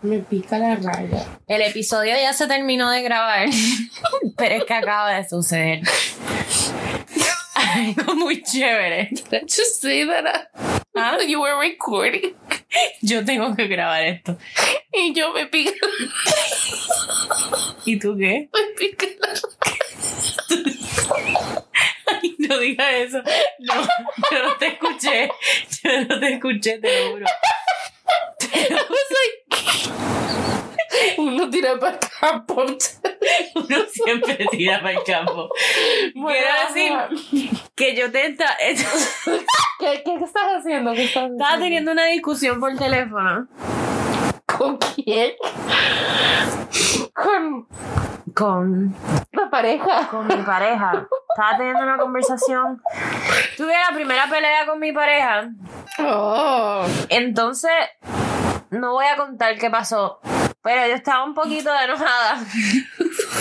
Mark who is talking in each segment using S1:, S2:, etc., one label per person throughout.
S1: Me pica la raya.
S2: El episodio ya se terminó de grabar, pero es que acaba de suceder. Algo muy chévere.
S1: Did you say that
S2: Ah,
S1: you were recording?
S2: Yo tengo que grabar esto.
S1: Y yo me pica,
S2: ¿Y tú qué?
S1: me pica la raya.
S2: Ay, no digas eso. No, yo no te escuché. Yo no te escuché, te lo juro.
S1: Uno tira para acá, ponte.
S2: Uno siempre tira para el campo. Quiero decir que yo te esta-
S1: ¿Qué, qué estás haciendo? ¿Qué estás
S2: estaba
S1: haciendo?
S2: teniendo una discusión por teléfono
S1: ¿Con quién? Con
S2: con
S1: la pareja.
S2: con mi pareja. Estaba teniendo una conversación. Tuve la primera pelea con mi pareja.
S1: Oh.
S2: Entonces, no voy a contar qué pasó. Pero yo estaba un poquito enojada.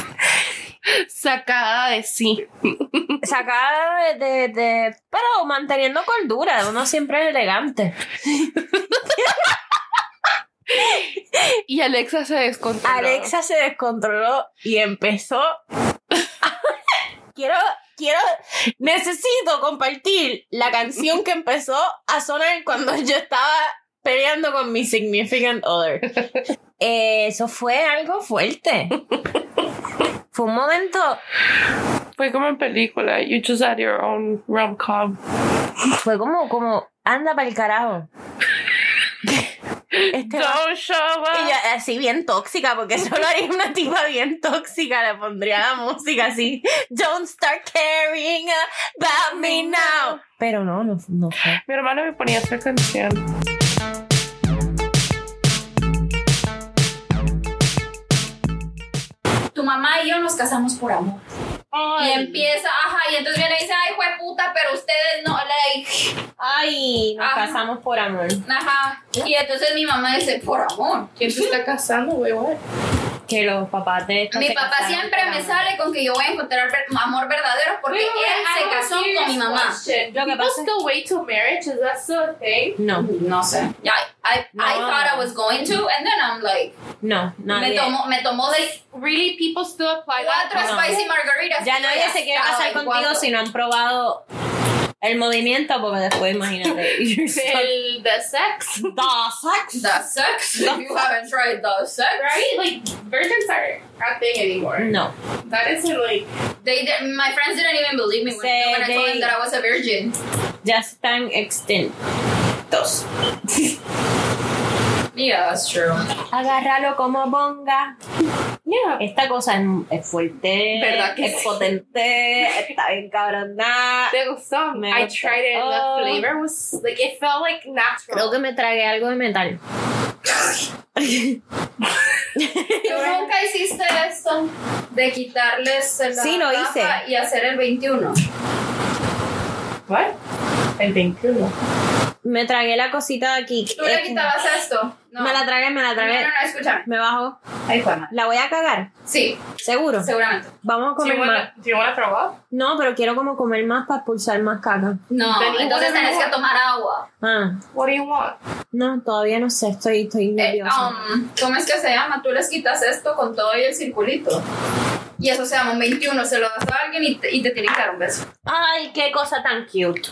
S1: Sacada de sí.
S2: Sacada de, de- de- Pero manteniendo cordura. Uno siempre es elegante.
S1: Y Alexa se descontroló.
S2: Alexa se descontroló y empezó. quiero, quiero, necesito compartir la canción que empezó a sonar cuando yo estaba peleando con mi significant other. Eh, eso fue algo fuerte. Fue un momento.
S1: Fue como en película. You just had your own rom-com.
S2: Fue como, como, anda para el carajo. Este va-
S1: Don't show
S2: Y yo,
S1: up.
S2: así bien tóxica, porque solo haría una tipa bien tóxica, le pondría la música así, don't start caring about me now. Pero no, no, no fue.
S1: Mi hermana me ponía esa canción.
S3: tu mamá y yo nos casamos por amor. Y empieza, ajá, y entonces viene y dice, ay, fue puta, pero ustedes no, like,
S2: Ay,
S3: nos casamos
S2: por amor.
S3: ajá. Y entonces mi mamá dice, por amor.
S1: ¿Quién se está casando, huevón?
S2: Que los papás de
S3: Mi papá siempre me sale con que yo voy a encontrar ver- amor verdadero porque él se casó con mi mamá.
S2: Lo que pasa
S1: still wait till marriage? Is that still a thing?
S2: No,
S3: No sé. Yeah, I, I, I
S2: No.
S3: thought I was going to, and then I'm like,
S2: no,
S3: me
S2: nadie.
S3: tomó, me tomó de
S1: Really, people still apply um,
S3: cuatro
S2: No.
S3: spicy margaritas.
S2: Ya
S3: y
S2: nadie se quiere
S3: estaba
S2: casar
S3: en
S2: contigo
S3: cuatro.
S2: si no han probado el movimiento, porque después imagínate. you're stuck.
S1: El the sex,
S2: The sex.
S3: That sucks. If you haven't tried that sucks.
S1: right? Like virgins aren't a thing anymore.
S2: No.
S1: That isn't like
S3: They did, my friends didn't even believe me when,
S2: Say
S3: when I told
S2: they-
S3: them that I was a virgin.
S2: Ya están extintos.
S3: Yeah, that's true.
S2: Agárralo como bonga.
S1: yeah.
S2: Esta cosa es, es fuerte,
S1: ¿Verdad que
S2: es
S1: sí?
S2: potente, está bien cabrona.
S1: They was some.
S2: Me
S1: I
S2: gusta.
S1: tried it.
S2: Oh.
S1: The flavor was like it felt like
S2: Creo
S1: natural.
S2: que me tragué algo de metal.
S3: ¿Tú nunca hiciste esto de quitarles la
S2: Sí, lo
S3: tapa y hacer el 21?
S1: What? El 21.
S2: me tragué la cosita de aquí.
S3: ¿Tú le
S2: Eh,
S3: quitabas esto? No.
S2: Me la tragué, me la
S3: no,
S2: tragué.
S3: no, no, escúchame.
S2: Me bajó.
S3: Ahí fue mal.
S2: La voy a cagar,
S3: Sí,
S2: seguro.
S3: seguramente.
S2: Vamos a
S1: Do
S2: comer
S1: you
S2: más.
S1: wanna do you wanna throw up?
S2: No, pero quiero como comer más para expulsar más caca.
S3: No,
S1: Pero
S3: entonces
S1: igual
S3: tenés
S1: no.
S3: que tomar agua.
S2: Ah,
S1: What do you want?
S2: no, todavía no sé, estoy, estoy
S3: Eh,
S2: nerviosa.
S3: um, ¿Cómo es que se llama? Tú les quitas esto con todo y el circulito. Y eso se llama un 21. Se lo das a alguien y te, y te tienen que dar un beso.
S2: Ay, qué cosa tan cute.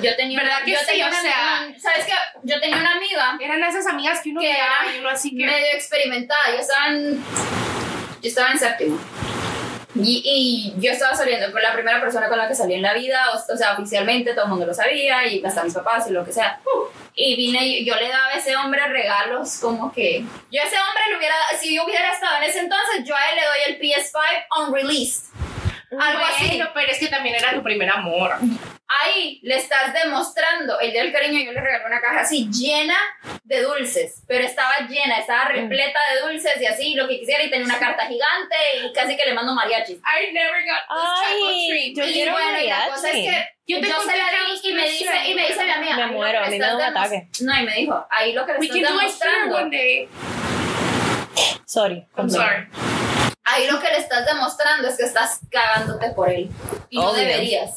S3: Yo tenía
S1: ¿Verdad que
S3: yo
S1: sí?
S3: tenía
S1: O
S3: una,
S1: sea-
S3: ¿Sabes qué? Yo tenía una amiga
S1: Eran esas amigas que uno
S3: Que
S1: le daba
S3: era
S1: y uno así que.
S3: medio experimentada. Yo estaba en, yo estaba en séptimo. Y, y yo estaba saliendo con la primera persona con la que salí en la vida, o, o sea, oficialmente todo el mundo lo sabía, y hasta mis papás y lo que sea.
S1: Uh.
S3: Y vine y yo le daba a ese hombre regalos como que... Yo a ese hombre le hubiera... Si yo hubiera estado en ese entonces, yo a él le doy el PS5 unreleased. Algo así.
S1: Bueno, pero es que también era tu primer amor.
S3: Ahí le estás demostrando el día del cariño. Yo le regalé una caja así llena de dulces, pero estaba llena,
S2: Mm.
S3: estaba repleta de dulces y así lo que quisiera. Y tenía una carta gigante y casi que le mando mariachis.
S1: I never got this type of
S2: Ay,
S1: treat.
S2: yo
S3: y
S2: quiero
S3: bueno, y la cosa es
S2: mariachi.
S3: que
S1: Yo
S3: yo,
S1: te
S3: se
S1: conté
S3: la
S1: que
S3: di y me
S1: eres
S3: dice, y me dice mi amiga,
S2: Me
S3: "Ahí lo
S2: muero,
S3: que
S2: a mí me
S3: estás
S2: da un
S3: demos-
S2: ataque.
S3: No, y me dijo, ahí lo que le
S1: We
S3: estás
S1: can do it here one
S3: demostrando,
S1: day.
S2: Sorry.
S1: I'm sorry.
S3: ahí lo que le estás demostrando es que estás cagándote por él. Y no
S2: Obvio.
S3: deberías.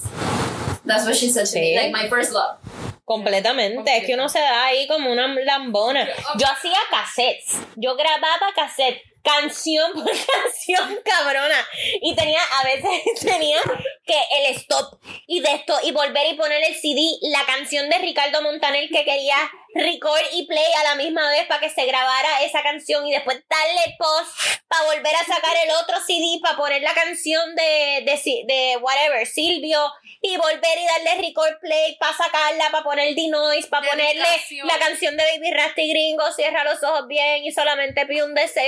S3: That's what she said to
S2: Sí.
S3: me, like my first love.
S2: Completamente. Es que uno se da ahí como una lambona. Yo oh. hacía cassettes. Yo grababa cassettes. Canción por canción, cabrona. Y tenía, a veces tenía que el stop y de esto y volver y poner el CD, la canción de Ricardo Montaner que quería record y play a la misma vez para que se grabara esa canción y después darle post para volver a sacar el otro CD para poner la canción de, de, Si- de whatever, Silvio y volver y darle record play para sacarla, para poner D-Noise, para ponerle
S1: Dedicación.
S2: la canción de Baby Rasty Gringo, cierra los ojos bien y solamente pide un deseo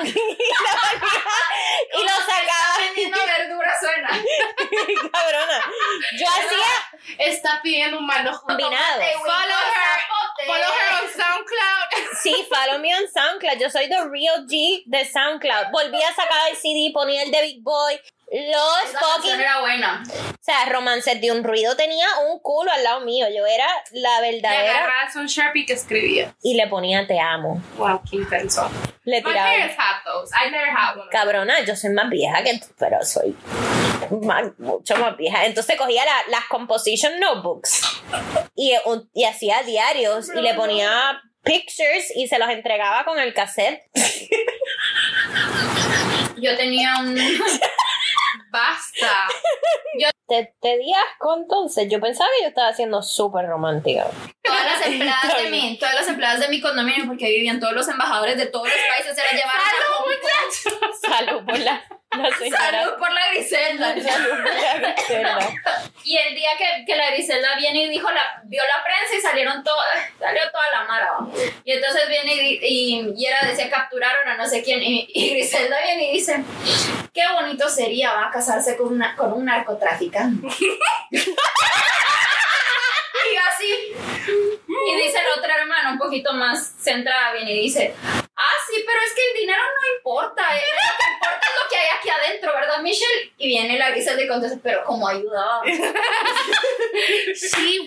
S2: y lo, volvía- y lo sacaba
S3: Vendiendo verdura suena.
S2: cabrona. Yo hacía
S1: Está pidiendo un mano
S2: combinado.
S1: Follow her. Follow her on SoundCloud.
S2: Sí, follow me on SoundCloud. Yo soy the real G de SoundCloud. Volví a sacar el CD, ponía el de Big Boy. Los
S3: Esa canción
S2: fucking.
S3: era buena.
S2: O sea, romances de un ruido tenía un culo al lado mío. Yo era la
S1: Le
S2: verdadera.
S1: agarras un Sharpie que escribía.
S2: Y le ponía te amo.
S1: Wow, qué intenso.
S2: Le
S1: My
S2: tiraba.
S1: parents have those. I never had one.
S2: Cabrona, yo soy más vieja que tú, pero soy más- mucho más vieja. Entonces cogía la- las composition notebooks y, un- y hacía diarios y le ponía pictures y se los entregaba con el cassette.
S3: Yo tenía un.
S1: Basta.
S2: te, te di asco entonces. Yo pensaba que yo estaba siendo súper romántica.
S3: Todas las empleadas de mi, todas las empleadas de mi condominio, porque vivían todos los embajadores de todos los países, se las llevaron. a Hong Kong.
S2: Salud por la, la
S3: Salud
S2: señora.
S3: por la Griselda.
S2: Salud por la Griselda.
S3: Y el día que, que la Griselda viene y dijo, la, vio la prensa y salieron todas, salió toda la mara. ¿va? Y entonces viene y, y, y era, decía, capturaron a no sé quién. Y, y Griselda viene y dice, qué bonito sería, va, casarse con, una, con un narcotraficante. y yo así. Y dice la otra hermana, un poquito más centrada, viene y dice, ah, sí, pero es que el dinero no importa, eh, lo que importa es lo que hay aquí adentro, ¿verdad, Michelle? Y viene la Griselda y contesta, pero como ayudaba.
S1: She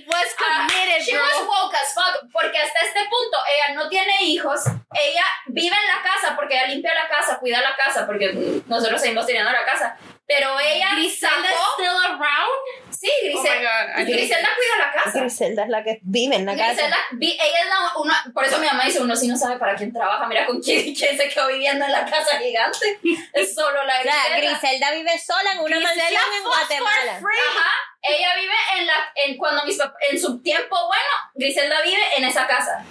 S1: was
S3: Ah,
S1: committed,
S3: She
S1: girl.
S3: was woke as fuck, porque hasta este punto ella no tiene hijos, ella vive en la casa porque ella limpia la casa, cuida la casa, porque mm, nosotros seguimos teniendo la casa. Pero ella
S1: Griselda
S3: sacó-
S1: still around?
S3: Sí,
S1: Oh my
S3: Griselda.
S1: god. I need-
S3: Griselda cuida la casa.
S2: Griselda es la que vive en la
S3: Griselda,
S2: casa.
S3: vi- ella es la una, por eso mi mamá dice, uno sí no sabe para quién trabaja, mira con quién, quién se quedó viviendo en la casa gigante. Es solo la
S2: O sea,
S3: Griselda.
S2: Griselda vive sola en una
S4: Griselda
S2: mansión en Guatemala.
S3: Ajá. Ella vive en la en cuando mis pap- en su tiempo bueno, Griselda vive en esa casa.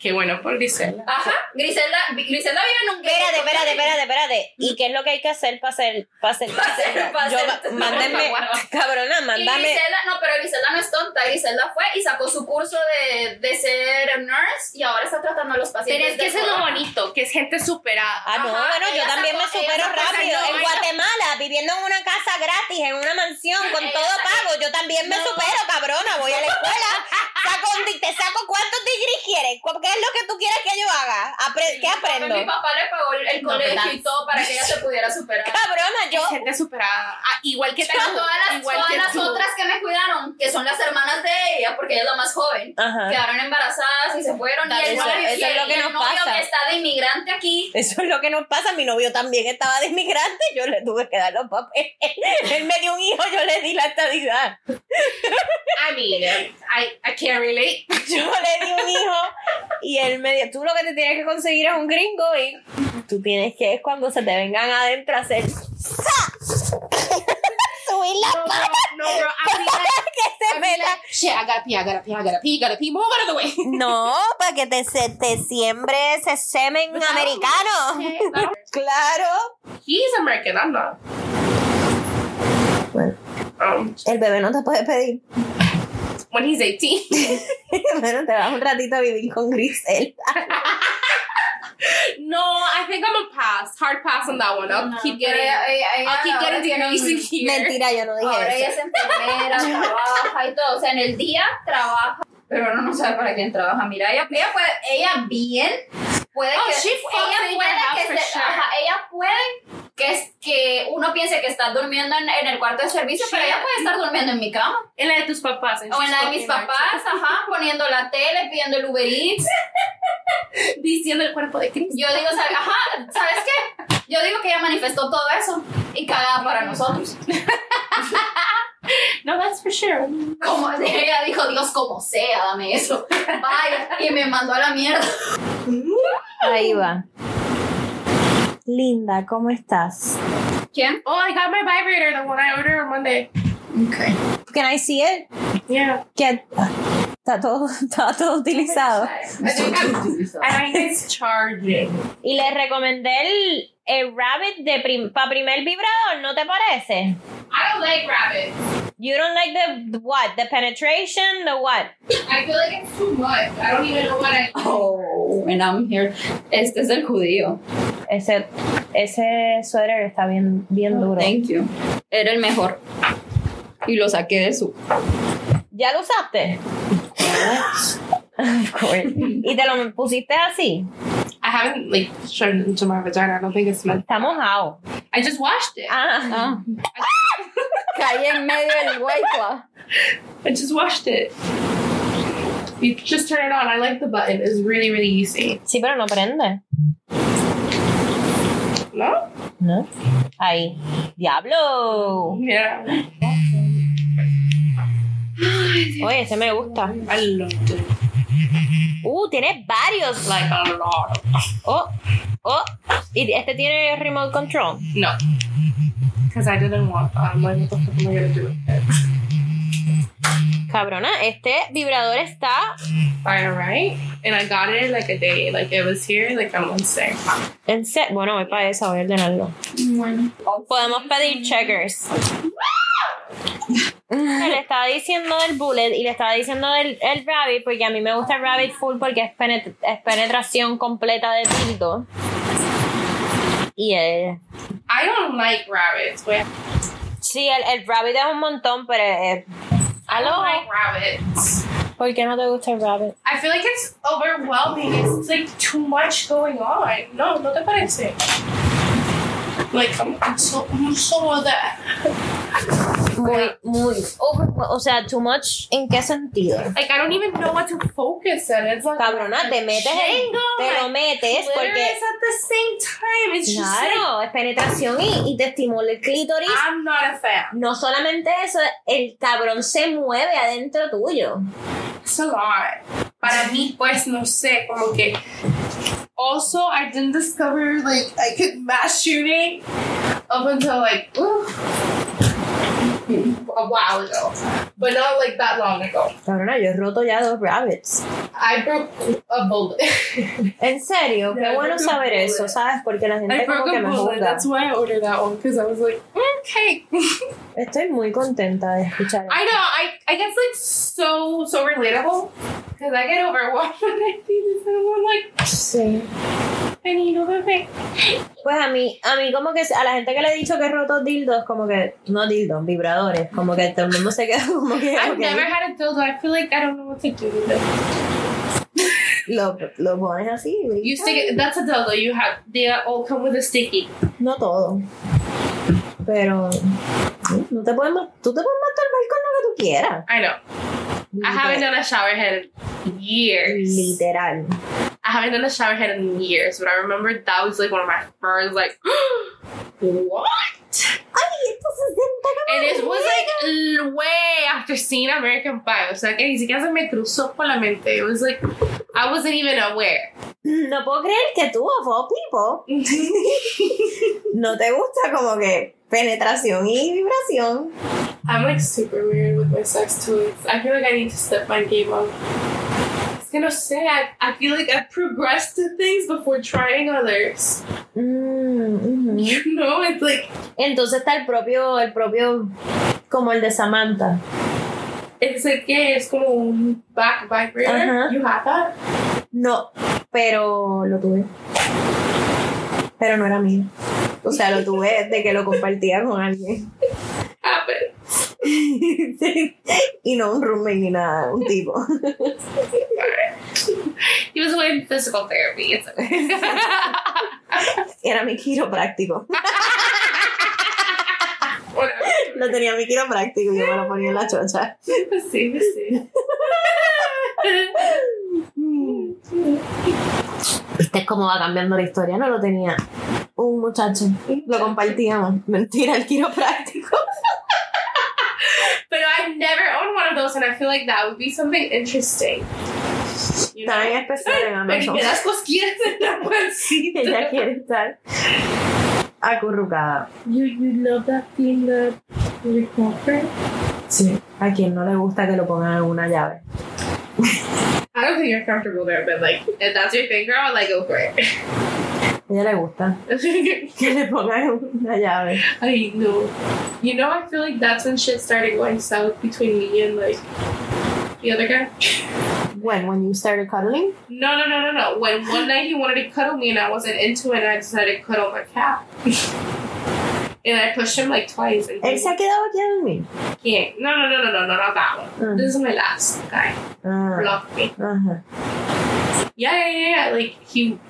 S1: Qué bueno por Griselda.
S3: Ajá, Griselda, Griselda vive en un
S2: Espérate, espérate, espérate, espérate. ¿y qué es lo que hay que hacer para hacer para hacer
S3: Pa' hacer-
S2: Griselda?
S3: pa'
S2: Yo,
S3: hacer-
S2: mándenme, cabrona,
S3: Y
S2: mándame.
S3: Griselda, no, pero Griselda no es tonta. Griselda fue y sacó su curso de, de ser nurse y ahora está tratando a los pacientes.
S1: Pero es
S3: de
S1: que eso es lo
S3: corona.
S1: bonito, que es gente superada.
S2: Ah, no,
S3: Ajá,
S2: bueno, yo
S3: ella
S2: también me
S3: sacó- ella
S2: supero
S3: sacó-
S2: rápido.
S3: no,
S2: en
S3: ella-
S2: Guatemala, viviendo en una casa gratis, en una mansión, con
S3: Ella
S2: todo
S3: sacó-
S2: pago, yo también me
S3: No.
S2: supero, cabrona. Voy a la escuela, saco un, di- te saco cuántos degrees quieres, cu- qué es lo que tú quieres que yo haga, Apre- ¿qué
S3: Mi papá-
S2: aprendo?
S3: Mi papá le pagó el, el
S4: No,
S3: colegio y
S4: ¿verdad?
S3: todo para que ella se pudiera superar.
S2: Cabrona, yo,
S1: Es gente superada. Ah, igual que
S3: Pero
S1: tú,
S3: todas las,
S1: igual
S3: todas
S1: que
S3: las
S1: tú.
S3: otras que me cuidaron, que son las hermanas de ella, porque ella es la más joven,
S2: Ajá.
S3: quedaron embarazadas y se fueron. y el
S2: Eso-
S3: novio-
S2: eso es lo
S3: y
S2: que
S3: el
S2: nos
S3: novio
S2: pasa.
S3: que está de inmigrante aquí.
S2: Eso es lo que nos pasa. Mi novio también estaba de inmigrante. Yo le tuve que dar los papeles. Él me dio un hijo, yo le di la estadidad.
S1: I mean, eh, I, I can't relate.
S2: Yo le di un hijo y él me dio. Tú lo que te tienes que conseguir es un gringo y tú tienes que, es cuando se te vengan adentro, hacer. ¡Sa! Subir la
S1: No, no, bro. I feel like,
S2: que se
S1: I feel
S2: meta.
S1: like, shit, I gotta pee, I gotta pee, I gotta pee, I gotta pee. Move out of the way.
S2: No, para que te, se- te siembre ese semen americano. Pues, ah, Claro.
S1: He's American, I'm not.
S2: Bueno,
S1: Um,
S2: el bebé no te puede pedir.
S1: when he's 18.
S2: Bueno, te vas un ratito a vivir con Griselda.
S1: no, I think I'm a pass. Hard pass on that one. I'll
S3: No,
S1: keep
S3: pero
S1: getting,
S3: ella- ella- ella
S1: I'll keep
S3: ahora
S1: getting
S3: tiene un-
S1: degrees in here.
S2: Mentira, yo no dije
S3: Ahora
S2: eso.
S3: ella es enfermera, trabaja y todo. O sea, en el día trabaja, pero uno no sabe para quién trabaja. Mira, ella, ella puede, ella bien puede
S1: Oh,
S3: que
S1: she fucks
S3: ella
S1: in your house
S3: puede
S1: for
S3: que se-
S1: sure.
S3: ajá, ella puede que es- que uno piense que está durmiendo en, en el cuarto de servicio, pero
S1: She-
S3: ella puede estar durmiendo en mi cama
S1: En la de tus papás. and
S3: o en
S1: she's
S3: la de
S1: fucking
S3: mis papás, ajá, poniendo la tele, pidiendo el Uber Eats.
S1: American. Diciendo el cuerpo de Cristo.
S3: Yo digo, ¿sabes? ajá, ¿sabes qué? Yo digo que ella manifestó todo eso y cagada para nosotros.
S1: no, that's for sure.
S3: Como ella dijo, Dios, como sea, dame eso. Vaya, y me mandó a la mierda.
S1: Oh,
S2: Ahí va. Linda, ¿cómo estás?
S3: ¿Quién?
S1: Oh, I got my vibrator, the one I ordered on Monday.
S3: Okay.
S2: Can I see it?
S1: Yeah.
S2: ¿Qué? Está todo, está todo utilizado.
S3: I think I'm-
S1: I think it's charging.
S2: Y les recomendé el, el rabbit de prim- pa primer vibrador, ¿no te parece?
S3: I don't like rabbits.
S2: You don't like the the what? The penetration, the what?
S3: I feel like it's too much. I don't even know what I. Oh, and I'm here. Este es el judío.
S2: Ese, ese suéter está bien, bien duro.
S3: Thank you. Era el mejor. Y lo saqué de su.
S2: ¿Ya lo usaste? Of course. ¿Y te lo pusiste así?
S1: I haven't like shoved it into my vagina. I don't think it's meant.
S2: Está mojado.
S1: I just washed it.
S2: Ah,
S4: Caí en medio del hueco.
S1: I just washed it. You just turn it on. I like the button. It's really, really easy.
S2: sí, pero no prende.
S1: No?
S2: ¿No? Ahí. ¡Diablo!
S1: Yeah.
S2: Oye, ese me gusta.
S1: I loved it.
S2: Uh, tiene varios.
S1: Like a lot.
S2: Oh, oh. ¿Y este tiene remote control?
S1: No. Because I didn't want. I'm like, what the fuck am I gonna do with it?
S2: Cabrona, este vibrador está
S1: I know, right? And I got it like a day. Like it was here like on Wednesday.
S2: en set. Bueno, voy para esa, voy a ordenarlo.
S3: Bueno.
S2: Podemos pedir checkers. le estaba diciendo del bullet y le estaba diciendo del el rabbit porque a mí me gusta el rabbit full porque es, penet- es penetración completa de tildo. Y eh, el...
S1: I don't like rabbits. But
S2: Sí, el, el rabbit es un montón, pero... es-
S1: I don't
S2: Hello?
S1: like rabbits.
S2: ¿Por qué no te gusta el rabbit?
S1: I feel like it's overwhelming. It's like too much going on. No, no te parece. Like I'm, I'm so I'm so of that.
S2: Muy, muy... overwhel- o sea, too much. ¿En qué sentido?
S1: Like I don't even know what to focus on. It's like
S2: Cabrona, te metes en...
S1: Chingo,
S2: Te lo
S1: my
S2: metes
S1: clitoris
S2: porque...
S1: at the same time. It's just like,
S2: Claro, es penetración y, y te estimula el clítoris.
S1: I'm not a fan.
S2: No solamente eso, el cabrón se mueve adentro tuyo.
S1: It's a lot. Para mí, pues, no sé, como que. Also, I didn't discover like I could mass shooting up until like oof, a while ago, but not like that long ago.
S2: Cabrona, yo he roto ya dos rabbits.
S1: I broke a bullet.
S2: En
S1: Ya,
S2: serio, qué
S1: yo
S2: bueno
S1: creo
S2: saber
S1: que-
S2: eso, ¿sabes? Porque la gente
S1: I
S2: como
S1: broke
S2: que
S1: a
S2: me
S1: bullet.
S2: juzga.
S1: That's why I ordered that one because I was like, okay.
S2: Estoy muy contenta de escuchar.
S1: I know. I I guess like so so relatable because I get overwhelmed when I see this and I'm like,
S2: Sí.
S1: I need another thing.
S2: Pues a mí, a mí como que a la gente que le he dicho que he roto dildos, como que, no dildos, vibradores, como que todo el mundo se queda como que...
S1: I've
S2: ok,
S1: never had a dildo. I feel like I don't know what to do with it.
S2: lo, lo pones así.
S1: You stick it. That's a dildo. You have. They all come with a sticky.
S2: No todo. Pero... No te puedes, mas- tú te puedes masturbar con lo que tú quieras.
S1: I know. I haven't done a shower head in years.
S2: Literal.
S1: I haven't done a shower head in years, but I remember that was like one of my first like. what?
S2: Ay, esto se siente
S1: And it was like l- way after seeing American Pie. O sea que ni siquiera se me cruzó por la mente. It was like I wasn't even aware.
S2: No puedo creer que tú, of all people, no te gusta como que penetración y vibración.
S1: I'm like super weird with my sex toys. I feel like I need to step my game up. It's gonna say I, I feel like I've progressed to things before trying others.
S2: Mm, ujú.
S1: You know, it's like
S2: Entonces está el propio, el propio, como el de Samantha.
S1: it's like yeah, it's como un back vibrator.
S2: Ajá.
S1: You have that?
S2: No, pero lo tuve. Pero no era mío. O sea, lo tuve de que lo compartía con alguien.
S1: Happen.
S2: y no un roommate ni nada, un tipo.
S1: He was away in physical therapy. It's okay.
S2: Era mi quiropráctico.
S1: Whatever.
S2: No tenía mi quiropráctico y yo me lo ponía en la chocha.
S1: Sí, sí.
S2: Viste cómo va cambiando la historia, no lo tenía un muchacho, lo compartíamos. Mentira, el quiropráctico.
S1: Pero I never owned one of those, and I feel like that would be something interesting. You know?
S2: También especial
S1: Pero
S2: en Amazon.
S1: me das cosquillas en la pancita.
S2: Ella quiere estar acurrucada.
S1: You, you love that thing that you comfort?
S2: Sí. A quien no le gusta que lo pongan en una llave.
S1: I don't think you're comfortable there, but like, if that's your thing, girl, like, go for
S2: A ella le gusta
S1: it.
S2: que le pongan en una llave.
S1: I know. You know, I feel like that's when shit started going south between me and like the other guy.
S2: When, when you started cuddling,
S1: No, no, no, no, no. When one night he wanted to cuddle me and I wasn't into it, and I decided to cuddle my cat. and I pushed him like twice. And he
S2: él se ha quedado aquí a dormir.
S1: can't. No, no, no, no, no, no, not that one.
S2: Mm.
S1: This is my last guy.
S2: Ah,
S1: Blocked me.
S2: ajá.
S1: Yeah, yeah, yeah, yeah. Like he,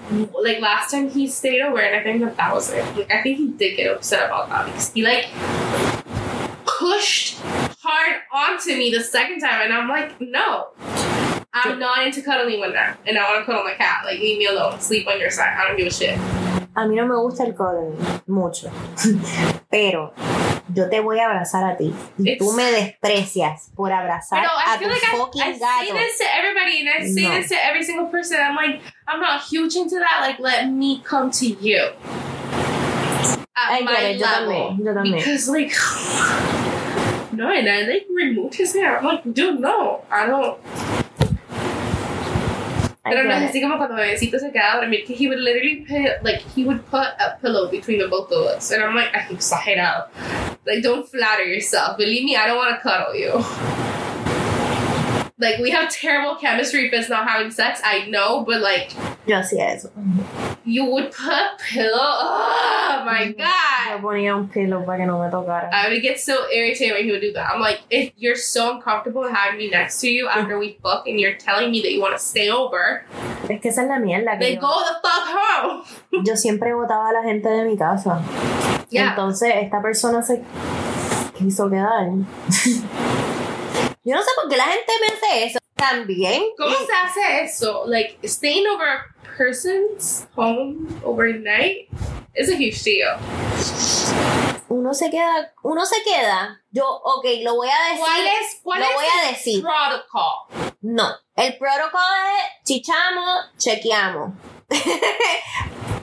S1: like last time he stayed over, and I think that that was it. Like I think he did get upset about that because he like pushed hard onto me the second time, and I'm like, no, I'm not into cuddling with that, and I want to cuddle my cat. Like leave me alone, sleep on your side. I don't give a shit.
S2: A mí no me gusta el cuddling mucho. Pero yo te voy a abrazar a ti. Y tú me desprecias por abrazar
S1: No, I
S2: a tu
S1: feel like
S2: fucking
S1: I, I say
S2: gato.
S1: this to everybody, and I say
S2: No.
S1: this to every single person. I'm like, I'm not huge into that. Like, let me come to you. At
S2: I get
S1: my
S2: it. Yo
S1: level.
S2: también, yo también.
S1: Because, like, no, and I, like, removed his hair. I'm like, dude, no, I don't.
S2: I
S1: Pero no
S2: get
S1: es
S2: it.
S1: así como cuando bebecito se quedaba a dormir, que he would literally put, like, he would put a pillow between the both of us. And I'm like, ay, exagerado. Like, don't flatter yourself. Believe me, I don't want to cuddle you. Like, we have terrible chemistry if it's not having sex, I know, but like,
S2: Yo hacía eso.
S1: you would put a pillow. Oh my
S2: Mm-hmm.
S1: god.
S2: Yo ponía un pillow para que no me tocara.
S1: I would get so irritated when he would do that. I'm like, if you're so uncomfortable having me next to you after we fuck and you're telling me that you want to stay over,
S2: Es que esa es la mierda que
S1: then
S2: yo,
S1: go the fuck home.
S2: yo siempre votaba a la gente de mi casa.
S1: Yeah.
S2: Entonces esta persona se quiso quedar. yo no sé por qué la gente me hace eso también.
S1: ¿Cómo se hace eso? Like, staying over a person's home overnight is a huge deal.
S2: Uno se queda, uno se queda. Yo, ok, lo voy a decir.
S1: ¿Cuál es, cuál
S2: lo
S1: es
S2: voy a
S1: el
S2: decir.
S1: protocol?
S2: No. El protocolo es chichamos, chequeamos.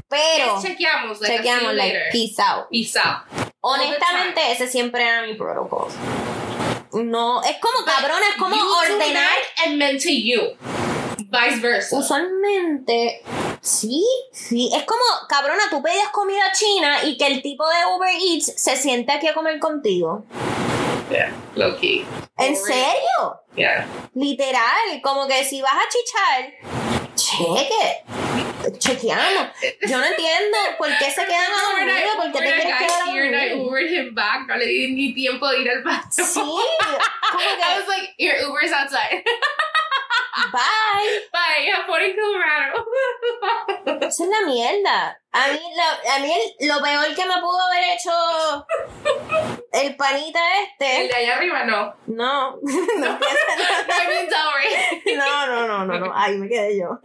S2: Pero
S1: Yes, chequeamos, like, chequeamos,
S2: chequeamos, like,
S1: later.
S2: peace out.
S1: Peace out. All the
S2: Honestamente, ese siempre era mi protocolo. No, es como cabrona, es como
S1: You do
S2: ordenar.
S1: that and meant to you. Vice versa.
S2: Usualmente, sí, sí. Es como, cabrona, tú pedías comida china y que el tipo de Uber Eats se siente aquí a comer contigo.
S1: Low key.
S2: ¿En
S1: Horrible.
S2: serio?
S1: Yeah.
S2: Literal, como que si vas a chichar, cheque. Chequeamos. Yo no entiendo por qué se quedan a
S1: We're
S2: dormir,
S1: not-
S2: por qué
S1: we're
S2: te
S1: not
S2: quieres
S1: guys
S2: quedar a
S1: here, and I
S2: dormir.
S1: Ubered him back. No le di ni tiempo de ir al
S2: Sí,
S1: bathroom.
S2: como
S1: I
S2: que,
S1: was like, your Uber's outside.
S2: bye.
S1: Bye. I'm going to Colorado.
S2: Esa es la mierda. A mí, lo, a mí el- lo peor que me pudo haber hecho el panita
S1: El
S2: este.
S1: de allá arriba no.
S2: No, no empieza.
S1: I mean, don't worry.
S2: No, no, no, no, no. Ahí me quedé yo.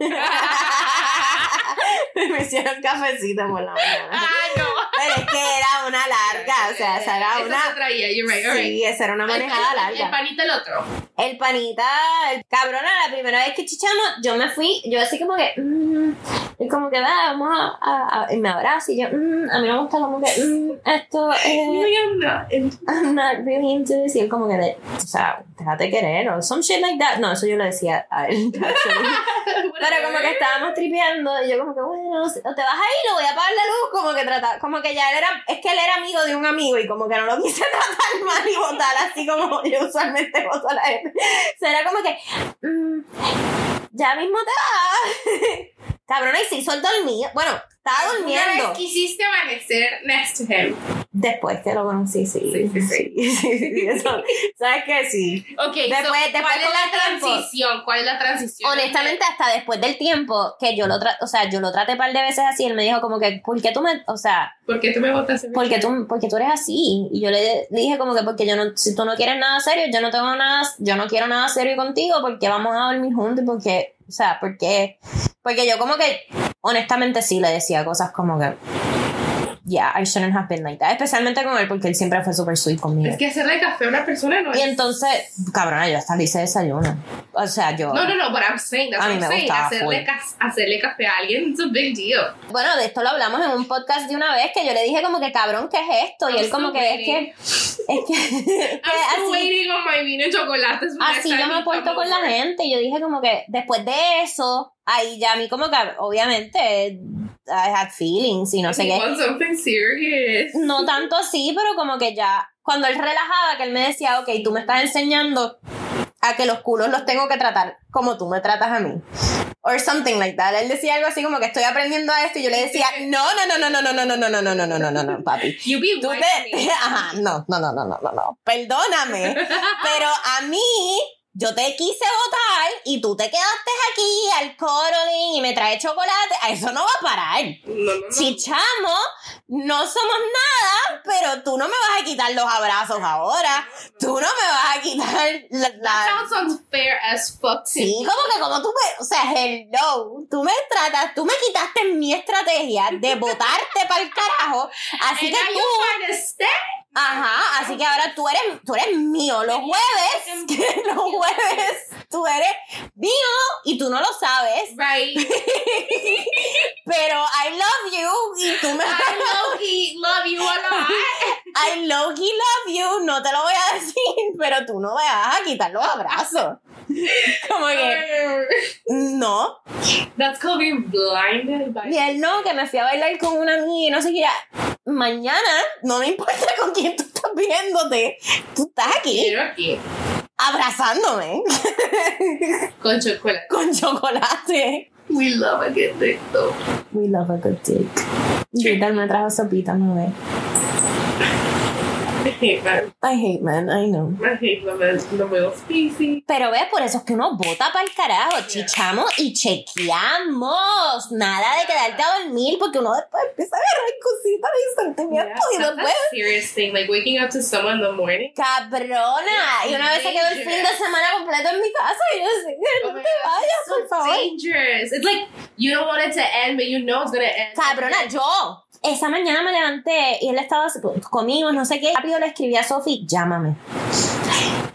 S2: me hicieron cafecito por la mañana.
S1: Ah, no.
S2: Pero es que era una larga, o sea, esa era
S1: Eso se
S2: una.
S1: traía, you're right, you're right.
S2: Sí, esa era una manejada
S1: El- el- El
S2: larga.
S1: panita el otro.
S2: El panita, el cabrona, la primera vez que chichamos, yo me fui, yo así como que, mm, y como que, va, vamos a, a- a- y me abrazo, y yo, mm, a mí no me gusta como que, mm, esto, eh,
S1: Yo no.
S2: I'm not really into this, y él como que, de, o sea, déjate querer, o some shit like that, no, eso yo le decía a él, actually. Pero como que estábamos tripeando y yo como que, bueno, no sé, o te vas a ir o voy a apagar la luz, como que trataba, como que ya él era, es que él era amigo de un amigo y como que no lo quise tratar mal y botar así como yo usualmente boto a la gente. O sea, era como que, mm, ya mismo te vas. Cabrona, y se hizo el dormido. Bueno, estaba
S1: Una
S2: durmiendo.
S1: vez quisiste amanecer next to him.
S2: Después que lo conocí, sí.
S1: Sí, sí, sí.
S2: sí, sí, sí, eso. ¿Sabes qué? Sí.
S1: Ok, so,
S2: Después- después
S1: ¿cuál es
S2: con
S1: la
S2: el tiempo.
S1: transición? ¿Cuál es la transición?
S2: Honestamente, hasta después del tiempo que yo lo tra- o sea, yo lo traté un par de veces así, él me dijo como que, ¿por qué tú me, o sea,
S1: ¿Por qué tú me votas?
S2: porque tú, porque tú eres así. Y yo le dije como que porque yo no, si tú no quieres nada serio, yo no tengo nada, yo no quiero nada serio contigo porque vamos a dormir juntos, y porque, o sea, porque, porque yo como que honestamente sí le decía cosas como que yeah, I shouldn't have been like that. Especialmente con él porque él siempre fue super sweet conmigo.
S1: Es que hacerle café a una persona no es.
S2: Y entonces, cabrona, yo hasta le hice desayuno. O sea, yo...
S1: no, no, no, but I'm saying, that's
S2: A
S1: what I'm
S2: mí me
S1: saying.
S2: gustaba
S1: Hacerle,
S2: full.
S1: cas- hacerle café a alguien, it's a big deal.
S2: Bueno, de esto lo hablamos en un podcast de una vez que yo le dije como que cabrón, ¿qué es esto? Y
S1: I'm
S2: él como
S1: still
S2: que es que... Es que... que
S1: I'm still
S2: así-
S1: waiting on my vino y chocolates. for next
S2: Así yo
S1: time
S2: me
S1: you
S2: porto
S1: come
S2: con la
S1: over.
S2: gente. Y yo dije como que después de eso, ahí ya a mí como que obviamente I had feelings y no sé
S1: You
S2: qué. Mm.
S1: want something serious.
S2: No tanto así, pero como que ya, cuando él relajaba, que él me decía, ok, tú me estás enseñando a que los culos los tengo que tratar como tú me tratas a mí. Or something like that. Él decía algo así como que estoy aprendiendo a esto y yo le decía, no, no, no, no, no, no, no, no, no, no, no, no, no, no, no, no, papi.
S1: You be
S2: Tú
S1: white
S2: te-
S1: me.
S2: Ajá, no, no, no, no, no, no, no. Perdóname. Pero a mí, yo te quise votar y tú te quedaste aquí al coroling y me traes chocolate. A eso no va a parar.
S1: No, no, no.
S2: Chichamo, no somos nada, pero tú no me vas a quitar los abrazos ahora. Tú no me vas a quitar la.
S1: That
S2: la-
S1: sounds unfair as fuck. to
S2: Sí, como que como tú me. O sea, hello. Tú me tratas, tú me quitaste mi estrategia de botarte para el carajo. Así
S1: And
S2: que
S1: now
S2: tú.
S1: you're trying to stay.
S2: Ajá, así que ahora tú eres, tú eres mío los jueves, que los jueves tú eres mío y tú no lo sabes,
S1: Right.
S2: pero I love you y tú me
S1: I low-key love you a lot.
S2: I low key love you, no te lo voy a decir, pero tú no me vas a quitar los abrazos. Como que no.
S1: That's called being blinded by
S2: Y él no, que me fui a bailar con una amiga y no sé qué. Ya, Mañana, no me importa con quién tú estás viéndote, tú estás aquí
S1: Quiero aquí.
S2: abrazándome
S1: Con chocolate.
S2: con chocolate.
S1: We love a good thing though.
S2: We love a good dick. Vital me trajo sopita, no ve.
S1: I hate men.
S2: I hate men, I know.
S1: I hate women. No me lo species.
S2: Pero ves, por eso es que uno vota para el carajo. Chichamos y chequeamos. Nada de quedarte a dormir porque uno después empieza a agarrar cositas y sentimientos y
S1: that's
S2: después.
S1: a serious thing. Like waking up to someone in the morning.
S2: Cabrona. Y una vez se quedó el fin de semana completo en mi casa y yo así,
S1: Oh
S2: no
S1: my
S2: te
S1: God,
S2: vayas,
S1: it's
S2: por
S1: so
S2: favor.
S1: dangerous. It's like you don't want it to end, but you know it's gonna end.
S2: Cabrona, yo. Esa mañana me levanté y él estaba, comimos, no sé qué. Rápido le escribí a Sofi, llámame.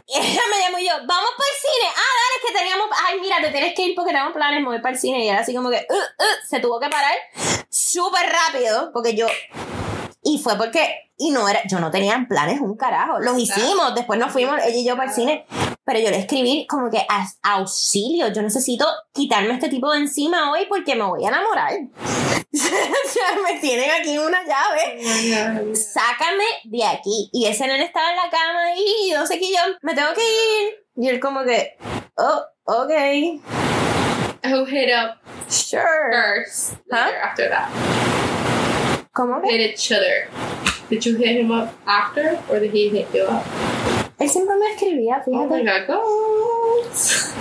S2: Y ella me llamó y yo, vamos para el cine. Ah, dale, es que teníamos, ay, mira, te tienes que ir porque tenemos planes, mover para el cine. Y era así como que, "Uh, uh", se tuvo que parar súper rápido porque yo, y fue porque, y no era, yo no tenía planes un carajo. Los hicimos, después nos fuimos, ella y yo para el cine. Pero yo le escribí como que "As- auxilio, yo necesito quitarme este tipo de encima hoy porque me voy a enamorar. O sea, me tienen aquí una llave. Sácame de aquí. Y ese nene estaba en la cama y no sé qué yo, me tengo que ir. Y él como que, oh, ok,
S1: Who hit up
S2: sure.
S1: first?
S2: Huh?
S1: Later after that,
S2: ¿Cómo que?
S1: hit each other. Did you hit him up after, or did he hit you up?
S2: Él siempre me escribía,
S1: Oh my
S2: fíjate.
S1: god, goals.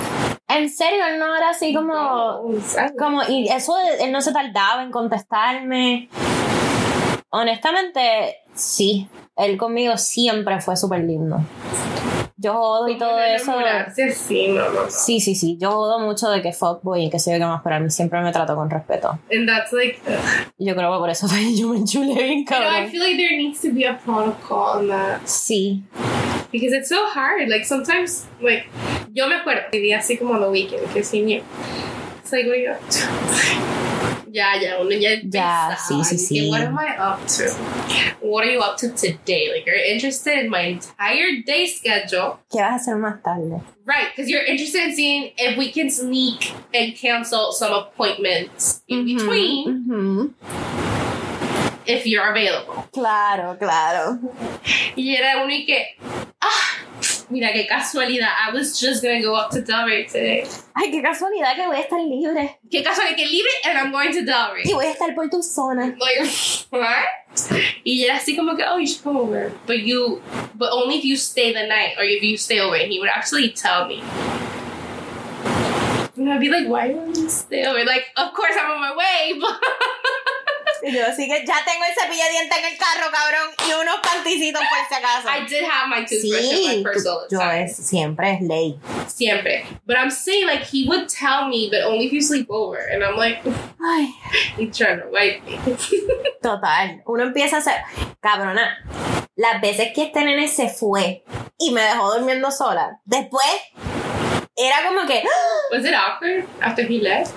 S2: En serio, él no era así como...
S1: Goals. I
S2: Como, y eso de- él no se tardaba en contestarme. Honestamente, sí. Él conmigo siempre fue súper lindo. Yo jodo y todo eso.
S1: enamorarse así, no, no, no.
S2: Sí, sí, sí. Yo jodo mucho de que fuckboy y que se yo qué más, pero a mí siempre me trató con respeto.
S1: And that's like, ugh.
S2: Yo creo que por eso fue que yo me enchulé bien
S1: you know, I
S2: cabrón.
S1: feel like there needs to be a protocol on that
S2: Sí.
S1: because it's so hard. Like sometimes, like yo me acuerdo vivía así como on the weekend because he knew. It's like, what are you up to? Ya, ya, uno ya
S2: Ya,
S1: empezaba,
S2: sí, sí,
S1: y que,
S2: sí.
S1: What am I up to? What are you up to today? Like, you're interested in my entire day schedule.
S2: ¿Qué vas a hacer más tarde?
S1: Right, because you're interested in seeing if we can sneak and cancel some appointments in
S2: Mm-hmm.
S1: between
S2: Ujú.
S1: if you're available.
S2: Claro, claro.
S1: Y era uno y que, ah, mira qué casualidad, I was just gonna go up to Delray today.
S2: Ay, qué casualidad que voy a estar libre.
S1: Qué casualidad que libre and I'm going to Delray.
S2: Y voy a estar por tu zona.
S1: Like, what? Y era así como que, oh, you should come over. But you, but only if you stay the night or if you stay over. And he would actually tell me. And I'd be like, why don't you stay over? Like, of course I'm on my way, but
S2: Y yo, así que ya tengo el cepillo de dientes en el carro, cabrón, y unos panticitos por si acaso.
S1: I did have my toothbrush in
S2: sí,
S1: my purse all the
S2: yo
S1: time.
S2: es, siempre es ley.
S1: Siempre. But I'm saying, like, he would tell me, but only if you sleep over. And I'm like,
S2: Ay,
S1: he's trying to wipe me.
S2: Total, uno empieza a ser, cabrona, las veces que este nene se fue y me dejó durmiendo sola, después era como que, ¡ah!
S1: Was it awkward after he left?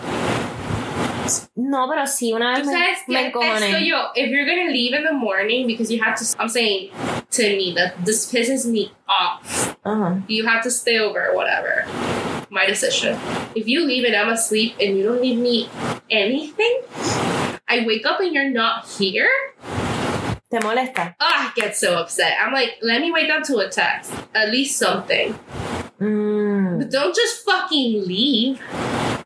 S2: no, pero sí, una vez
S1: Tú
S2: me,
S1: sabes que
S2: me
S1: esto
S2: encojoné.
S1: yo, if you're gonna leave in the morning because you have to, I'm saying to me that this pisses me off.
S2: Ajá.
S1: You have to stay over or whatever. My decision. If you leave and I'm asleep and you don't leave me anything, I wake up and you're not here.
S2: ¿Te molesta?
S1: Ah, I get so upset. I'm like, let me wake up to a text, at least something.
S2: Mm,
S1: But don't just fucking leave.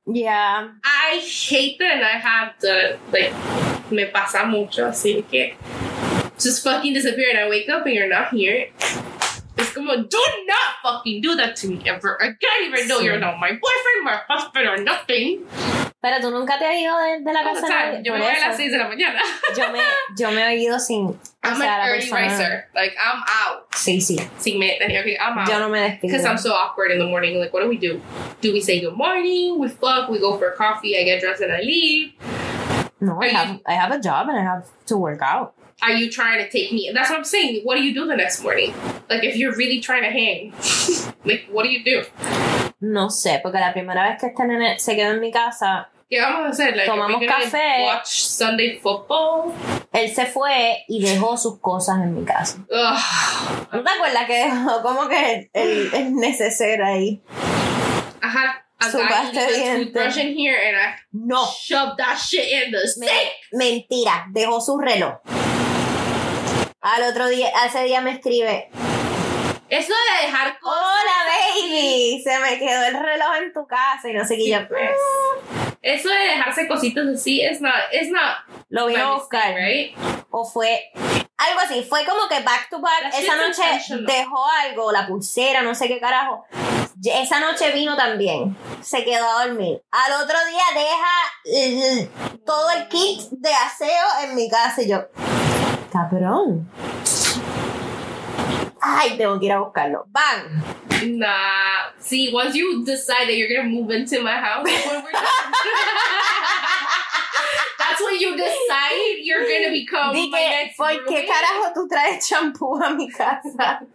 S2: yeah.
S1: I hate that and I have the like me pasa mucho así que just fucking disappear and I wake up and you're not here. It's como do not fucking do that to me ever again even though you're not my boyfriend, my husband or nothing.
S2: Pero tú nunca te has ido de, de la
S1: All
S2: casa.
S1: the
S2: de
S1: time.
S2: nadie,
S1: Yo
S2: por
S1: me voy a
S2: eso.
S1: las 6 de la mañana.
S2: yo, me, yo me he ido sin... o
S1: I'm
S2: sea, la
S1: an early
S2: persona-
S1: riser. Like I'm out.
S2: Sí, sí.
S1: Sin me tenía que I'm out.
S2: Yo no me despido.
S1: Because I'm so awkward in the morning. Like, what do we do? Do we say good morning? We fuck. We go for coffee. I get dressed and I leave.
S2: No, I
S1: Are you-
S2: have, I have a job and I have to work out.
S1: Are you trying to take me? That's what I'm saying. What do you do the next morning? Like, if you're really trying to hang, like, what do you do?
S2: No sé, porque la primera vez que este nene se quedó en mi casa,
S1: Yeah, I'm gonna say like, are we
S2: Tomamos
S1: gonna
S2: café.
S1: watch Sunday football.
S2: él se fue y dejó sus cosas en mi casa.
S1: Ugh.
S2: ¿No te acuerdas que dejó como que el, el, el neceser ahí?
S1: I had a
S2: Su
S1: guy
S2: pasta de
S1: leave a
S2: dientes.
S1: toothbrush in here, and I
S2: No.
S1: shoved that shit in the
S2: Me-
S1: sink.
S2: mentira, dejó su reloj. Al otro día, ese día me escribe,
S1: Eso de dejar
S2: hola baby, se me quedó el reloj en tu casa y no sé qué yo.
S1: Pues, Eso de dejarse cositas así es not, it's not
S2: Lo
S1: my
S2: vino
S1: mistake,
S2: a buscar.
S1: right?
S2: o fue algo así, fue como que back to back,
S1: That's
S2: esa
S1: just
S2: noche
S1: intentional.
S2: dejó algo, la pulsera, no sé qué carajo. Y- Esa noche vino también, se quedó a dormir. Al otro día deja eh, todo el kit de aseo en mi casa y yo, cabrón. Ay, tengo que ir a buscarlo. ¡Bam!
S1: Nah. See, once you decide that you're gonna move into my house, when we're done- that's when you decide you're gonna become Oh my
S2: Dije,
S1: next
S2: ¿por qué
S1: roommate."
S2: carajo tú traes champú a mi casa?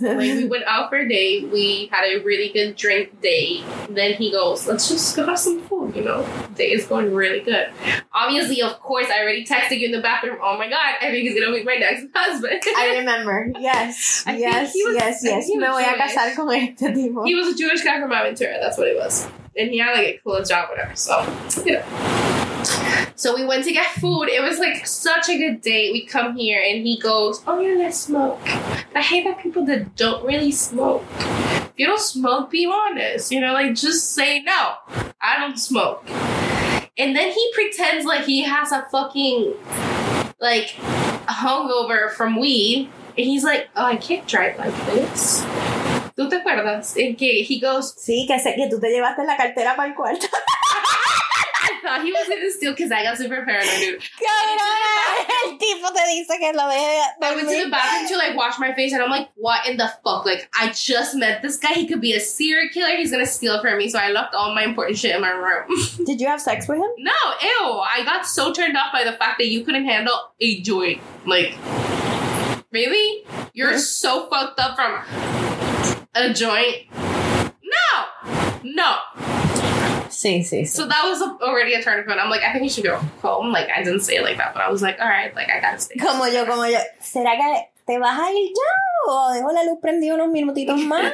S1: When we went out for a date, we had a really good drink date. Then he goes, "Let's just go have some food." You know, day is going really good. Obviously, of course, I already texted you in the bathroom. Oh my god, I think he's gonna be my next husband.
S2: I remember. Yes.
S1: I think
S2: yes,
S1: he was-
S2: yes,
S1: I think
S2: yes.
S1: he
S2: Me
S1: was
S2: voy a
S1: Jewish.
S2: casar con este tipo.
S1: he was a Jewish guy from Aventura. That's what he was. And he had like a cool job, whatever. So, you know. So we went to get food. It was like such a good date. We come here and he goes, Oh, yeah, let's smoke. I hate that people that don't really smoke. If you don't smoke, be honest. You know, like just say no. I don't smoke. And then he pretends like he has a fucking like hungover from weed. And he's like, Oh, I can't drive like this. ¿Tú te acuerdas? En que he goes,
S2: Sí, que sé que tú te llevaste la cartera para el cuarto.
S1: I thought he was gonna steal because I got super paranoid, dude.
S2: el tipo te dice que lo deje.
S1: I went to the bathroom to like wash my face and I'm like, what in the fuck? Like, I just met this guy. He could be a serial killer. He's gonna steal from me. So I left all my important shit in my room.
S2: Did you have sex with him?
S1: no, ew. I got so turned off by the fact that you couldn't handle a joint. Like, really? You're so fucked up from a joint? No! No!
S2: Sí, sí,
S1: So that was already a turn of I'm like, I think you should go home. Like, I didn't say it like that, but I was like, all right, like, I gotta stay.
S2: Como yo, como yo. ¿Será que te vas a ir ya? O dejo la luz prendida unos minutitos más.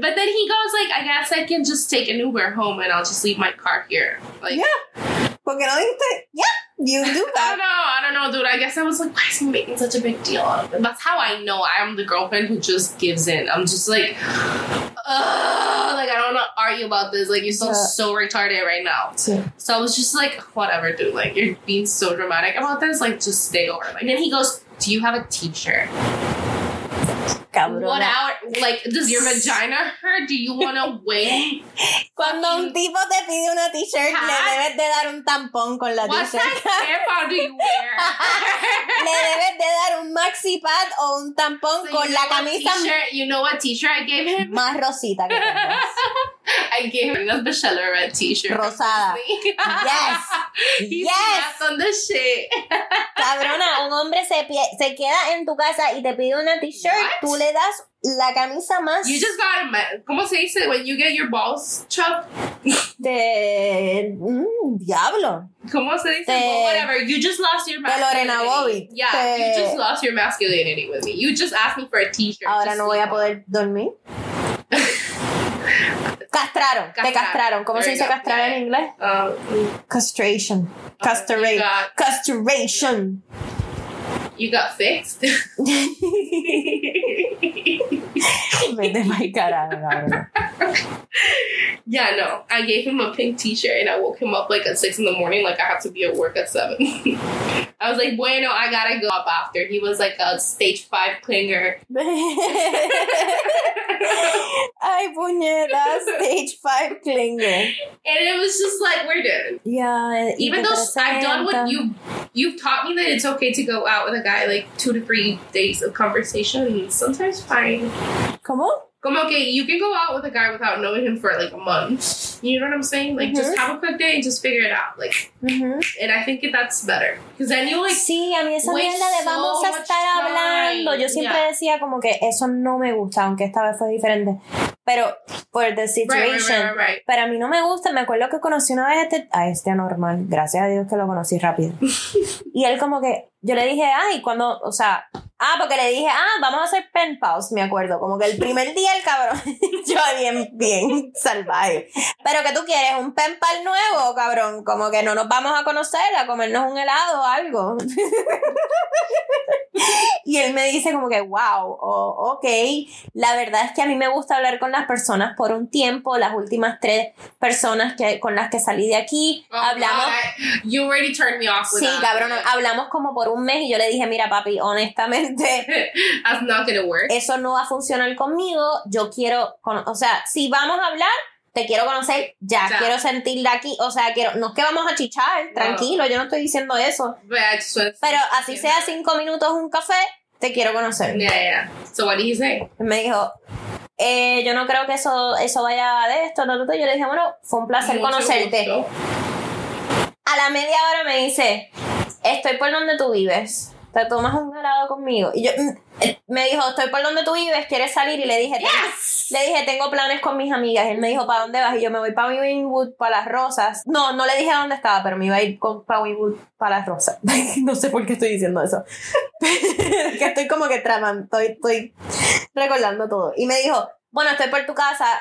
S1: but then he goes, like, I guess I can just take an Uber home and I'll just leave my car here. Like,
S2: Yeah. Porque no dijiste, yeah, you do
S1: I
S2: that.
S1: don't know. I don't know, dude. I guess I was like, why is he making such a big deal out of it? That's how I know I'm the girlfriend who just gives in. I'm just like, Ugh, like, I don't want to argue about this. Like, you sound
S2: Yeah.
S1: so retarded right now.
S2: Sí.
S1: So I was just like, whatever, dude. Like, you're being so dramatic about this. Like, just stay over. Like, and then he goes, Do you have a t shirt? What
S2: Cabrona.
S1: out? Like, does your vagina hurt? Do you want to win?
S2: Cuando un tipo te pide una t-shirt,
S1: Ajá.
S2: le debes de dar un tampón con la
S1: What size
S2: t-shirt.
S1: tampon do you wear?
S2: le debes de dar un maxi pad o un tampón
S1: So
S2: con
S1: you
S2: la
S1: know what
S2: camisa
S1: T-shirt, you know what t-shirt I gave him?
S2: más rosita que tengas.
S1: I gave him a bachelorette t-shirt.
S2: Rosada. Yes.
S1: He's
S2: Yes.
S1: yes. on the shit.
S2: Cabrona, un hombre se, pie- se queda en tu casa y te pide una
S1: What?
S2: t-shirt, tú le das la camisa más
S1: You just got a ma- ¿Cómo se dice? When you get your balls chopped.
S2: de... mm, diablo.
S1: ¿Cómo se dice?
S2: Te-
S1: Well, whatever. You just lost your
S2: de
S1: masculinity.
S2: Lorena Bobby.
S1: Yeah,
S2: Te-
S1: you just lost your masculinity with me. You just asked me for a t-shirt.
S2: Ahora
S1: Just
S2: no
S1: leave
S2: voy a
S1: it.
S2: poder dormir. Castraron, te
S1: Castraron.
S2: castraron. ¿Cómo se
S1: There
S2: dice
S1: you go.
S2: castrar en inglés?
S1: Um,
S2: Castration.
S1: Oh, You
S2: Castrate.
S1: got,
S2: Castration.
S1: you got fixed.
S2: Vete pa'l carajo, cabrón.
S1: yeah, no. I gave him a pink t-shirt and I woke him up like at six in the morning. Like I have to be at work at seven. I was like, bueno, I gotta go up after. He was like a stage five clinger.
S2: Ay, puñetas. Stage 5 clinger.
S1: And it was just like we're done.
S2: Ya, y
S1: Even
S2: te
S1: though I've done
S2: presentan.
S1: what you you've taught me that it's okay to go out with a guy like two to three days of conversation and sometimes fine.
S2: ¿Cómo?
S1: Como okay, you can go out with a guy without knowing him for like a month. You know what I'm saying? Like just
S2: Mhm.
S1: have a quick day and just figure it out. Like
S2: Ujú.
S1: and I think that's better. Because then you like
S2: Sí, a mí esa
S1: Waste
S2: mierda de vamos
S1: so
S2: a
S1: much
S2: estar
S1: time.
S2: hablando. Yo siempre
S1: Yeah.
S2: decía como que eso no me gusta, aunque esta vez fue diferente. Pero por the
S1: right, right,
S2: situation.
S1: right, right, right.
S2: Pero a mí no me gusta. Me acuerdo que conocí una vez a este, a este anormal. Gracias a Dios que lo conocí rápido. y él como que, yo le dije, ay, cuando, o sea, ah, porque le dije, ah, vamos a hacer pen pals, me acuerdo. Como que el primer día el cabrón, yo bien, bien salvaje. Pero que tú quieres un pen pal nuevo, cabrón. Como que no nos vamos a conocer, a comernos un helado o algo. y él me dice como que, wow, oh, ok. La verdad es que a mí me gusta hablar con las personas por un tiempo. Las últimas tres personas que, con las que salí de aquí,
S1: Oh,
S2: hablamos.
S1: God, I- you already turned me off with
S2: Sí,
S1: that.
S2: cabrón, hablamos como por un mes y yo le dije, mira papi, honestamente,
S1: That's not gonna work.
S2: eso no va a funcionar conmigo, yo quiero, con- o sea, si vamos a hablar, te quiero conocer ya,
S1: Ya.
S2: quiero sentirla aquí, o sea, quiero, no es que vamos a chichar, tranquilo, yo no estoy diciendo eso,
S1: But I just wanna-
S2: pero así sea cinco minutos un café, te quiero conocer.
S1: Yeah, yeah. So what did he say?
S2: Y Me dijo, eh, yo no creo que eso, eso vaya de esto, no, no, no. yo le dije, bueno, fue un placer
S1: Mucho
S2: conocerte.
S1: gusto.
S2: A la media hora me dice, estoy por donde tú vives. Te tomas un helado conmigo. Y yo mm, eh, me dijo, estoy por donde tú vives, quieres salir. Y le dije, "Tengo- le dije, tengo planes con mis amigas. Él me dijo, ¿para dónde vas? Y yo me voy para Winwood, para las rosas. No, no le dije a dónde estaba, pero me iba a ir para Winwood, para las rosas. no sé por qué estoy diciendo eso. que estoy como que tramando, estoy, estoy recordando todo. Y me dijo, bueno, estoy por tu casa.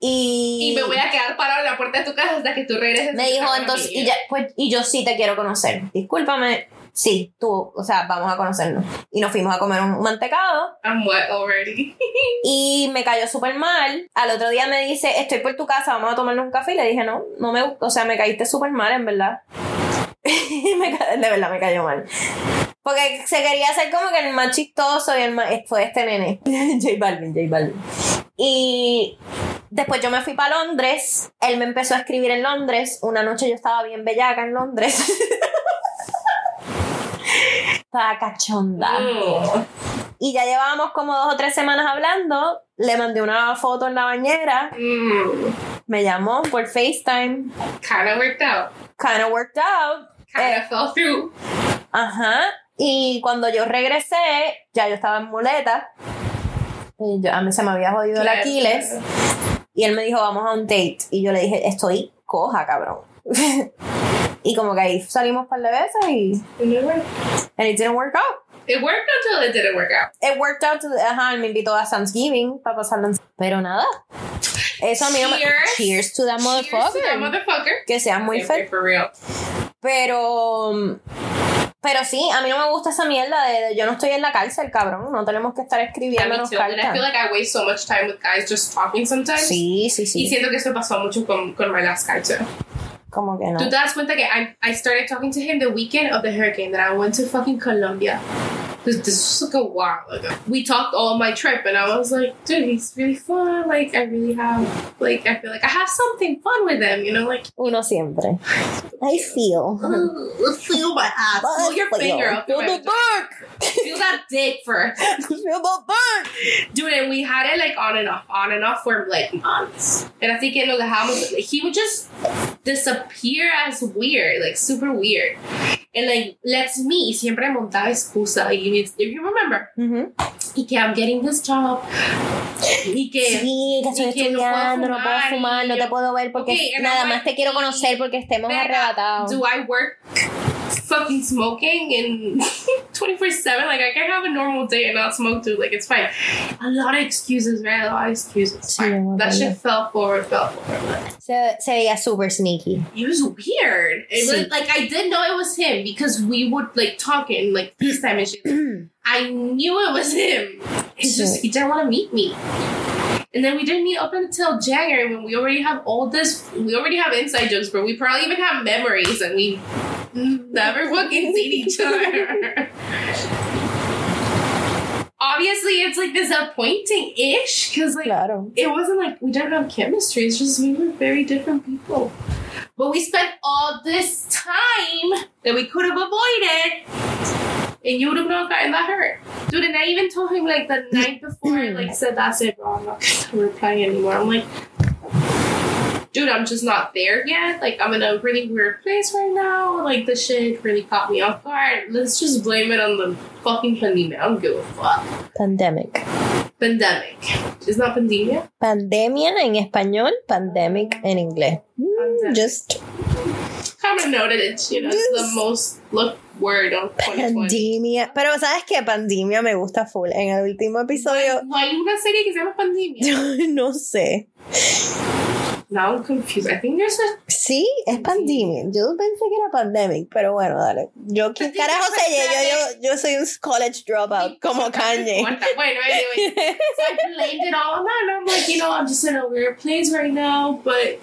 S1: y me voy a quedar parado en la puerta de tu casa hasta que tú regreses.
S2: me dijo entonces y, ya, pues, y yo sí te quiero conocer discúlpame sí tú o sea vamos a conocernos y nos fuimos a comer un mantecado
S1: I'm wet already.
S2: y me cayó súper mal al otro día me dice estoy por tu casa vamos a tomarnos un café y le dije no no me gusta o sea me caíste súper mal en verdad Me ca- de verdad me cayó mal porque se quería hacer como que el más chistoso y el más fue este nene J Balvin J Balvin y Después yo me fui para Londres, él me empezó a escribir en Londres, una noche yo estaba bien bellaca en Londres. estaba cachonda.
S1: Mm.
S2: Y ya llevábamos como dos o tres semanas hablando, le mandé una foto en la bañera,
S1: Mm.
S2: me llamó por FaceTime,
S1: Kind of worked out.
S2: kinda worked out,
S1: Kind of
S2: Eh.
S1: fell through.
S2: ajá. Y cuando yo regresé, ya yo estaba en muleta, y yo- a mí se me había jodido el
S1: Claro,
S2: Aquiles.
S1: claro.
S2: Y él me dijo, vamos a un date. Y yo le dije, estoy coja, cabrón. y como que ahí salimos un par de veces y.
S1: And it worked.
S2: And it didn't work out.
S1: It worked until it didn't work out.
S2: It worked out. to- ajá, él me invitó a Thanksgiving para pasarlo. en- Pero nada. Eso a mí no me.
S1: Cheers.
S2: Cheers to that
S1: Cheers to that
S2: motherfucker.
S1: motherfucker.
S2: Que seas muy
S1: Okay,
S2: feliz.
S1: for real.
S2: Pero. mm, Pero sí, a mí no me gusta esa mierda de, de yo no estoy en la cárcel, cabrón. No tenemos que estar
S1: Yeah, me
S2: escribiéndonos
S1: too. And I feel
S2: cartas.
S1: like I waste so much time with guys just talking sometimes.
S2: Sí, sí,
S1: Y
S2: sí.
S1: siento que eso pasó mucho con, con my last guy too.
S2: Como que no.
S1: Tú te das cuenta que I, I started talking to him the weekend of the hurricane that I went to fucking Colombia. This, this was like a while ago. We talked all my trip, and I was like, dude, he's really fun. Like, I really have, like, I feel like I have something fun with him, you know? Like,
S2: Uno siempre. I feel.
S1: Ooh, let's feel my ass. Pull your
S2: Feel.
S1: finger up.
S2: Feel
S1: my
S2: the bark.
S1: Feel that dick first.
S2: Feel the bark.
S1: Dude, and we had it like on and off, on and off for like months. And I think it know how much like, he would just disappear as weird, like super weird. And like, let's me siempre montaba excusa. Like, you need- if you remember,
S2: Ujú.
S1: y que I'm getting this job. Y que
S2: Sí, que estoy
S1: Y que no puedo
S2: estudiando, no puedo
S1: fumar, y
S2: fumar, no
S1: yo-
S2: te puedo ver porque
S1: Ok, and
S2: nada
S1: I'm
S2: más
S1: like,
S2: te quiero conocer porque estemos
S1: Venga,
S2: arrebatados.
S1: do I work fucking smoking in 24 7? Like, I can have a normal day and not smoke, dude. Like, it's fine. A lot of excuses, right? A lot of excuses.
S2: Sí,
S1: Fine.
S2: no,
S1: that
S2: no.
S1: shit fell forward, fell forward. Like,
S2: Se, se veía súper sneaky.
S1: It was weird. It
S2: Sí.
S1: was, like, I did know it was him because we would, like, talk and, like, FaceTime and shit. I knew it was him. It's just, he didn't want to meet me. And then we didn't meet up until January when we already have all this. We already have inside jokes, but we probably even have memories and we never fucking seen each other. Obviously, it's like disappointing ish because like
S2: Claro.
S1: it wasn't like we didn't have chemistry. It's just we were very different people. But we spent all this time that we could have avoided, and you would have not gotten that hurt, dude. And I even told him like the night before, I like said, "That's it, bro. I'm not gonna reply anymore." I'm like. Dude, I'm just not there yet. Like, I'm in a really weird place right now. Like, the shit really caught me off guard. Let's just blame it on the fucking pandemic. I don't give a fuck.
S2: Pandemic.
S1: Pandemic. It's not pandemia.
S2: Pandemia en español, pandemic en inglés. Mm,
S1: Pandemic.
S2: Just
S1: kind of noted it's you know it's
S2: Yes.
S1: the most looked word of 2020.
S2: pandemia. Pero ¿sabes qué? Pandemia me gusta full. En el último episodio,
S1: No hay una serie que se llama Pandemia.
S2: no sé.
S1: Now I'm confused. I think there's a
S2: Sí, es pandemia. Yo pensé que era pandemic, pero bueno, dale. Yo, ¿qué
S1: Pandemia,
S2: carajo sé yo? Yo,
S1: pandemic.
S2: yo soy un college dropout, como Kanye.
S1: Bueno, anyway. So I blamed it all on that. And I'm like, you know, I'm just in a weird place right now, but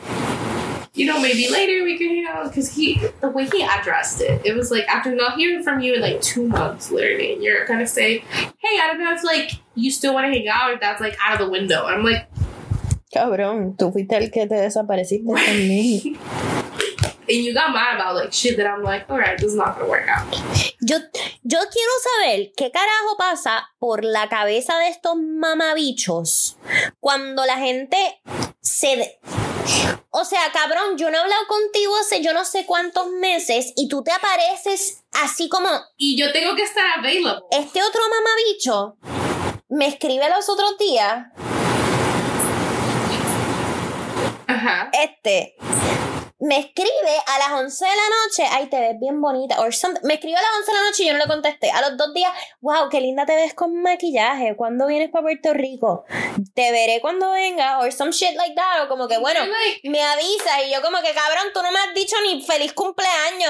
S1: you know, maybe later we can hang out because he, the way he addressed it, it was like after not hearing from you in like two months, literally, you're gonna say, "Hey, I don't know if like you still want to hang out." If that's like out of the window, I'm like,
S2: Cabrón, tú fuiste el que te desapareciste conmigo.
S1: and you got mad about like shit that I'm like, all right, this is not gonna work out.
S2: Yo, yo quiero saber qué carajo pasa por la cabeza de estos mamabichos cuando la gente se... de- O sea, cabrón, yo no he hablado contigo hace yo no sé cuántos meses y tú te apareces así como
S1: y yo tengo que estar available.
S2: este otro mamabicho me escribe los otros días,
S1: Ajá.
S2: este, me escribe a las 11 de la noche, ay, te ves bien bonita, or something. me escribe a las 11 de la noche y yo no le contesté. A los dos días, wow, qué linda te ves con maquillaje, ¿cuándo vienes para Puerto Rico? Te veré cuando venga, or some shit like that, o como que bueno.
S1: You're like,
S2: Me avisa y yo como que cabrón, tú no me has dicho ni feliz cumpleaños,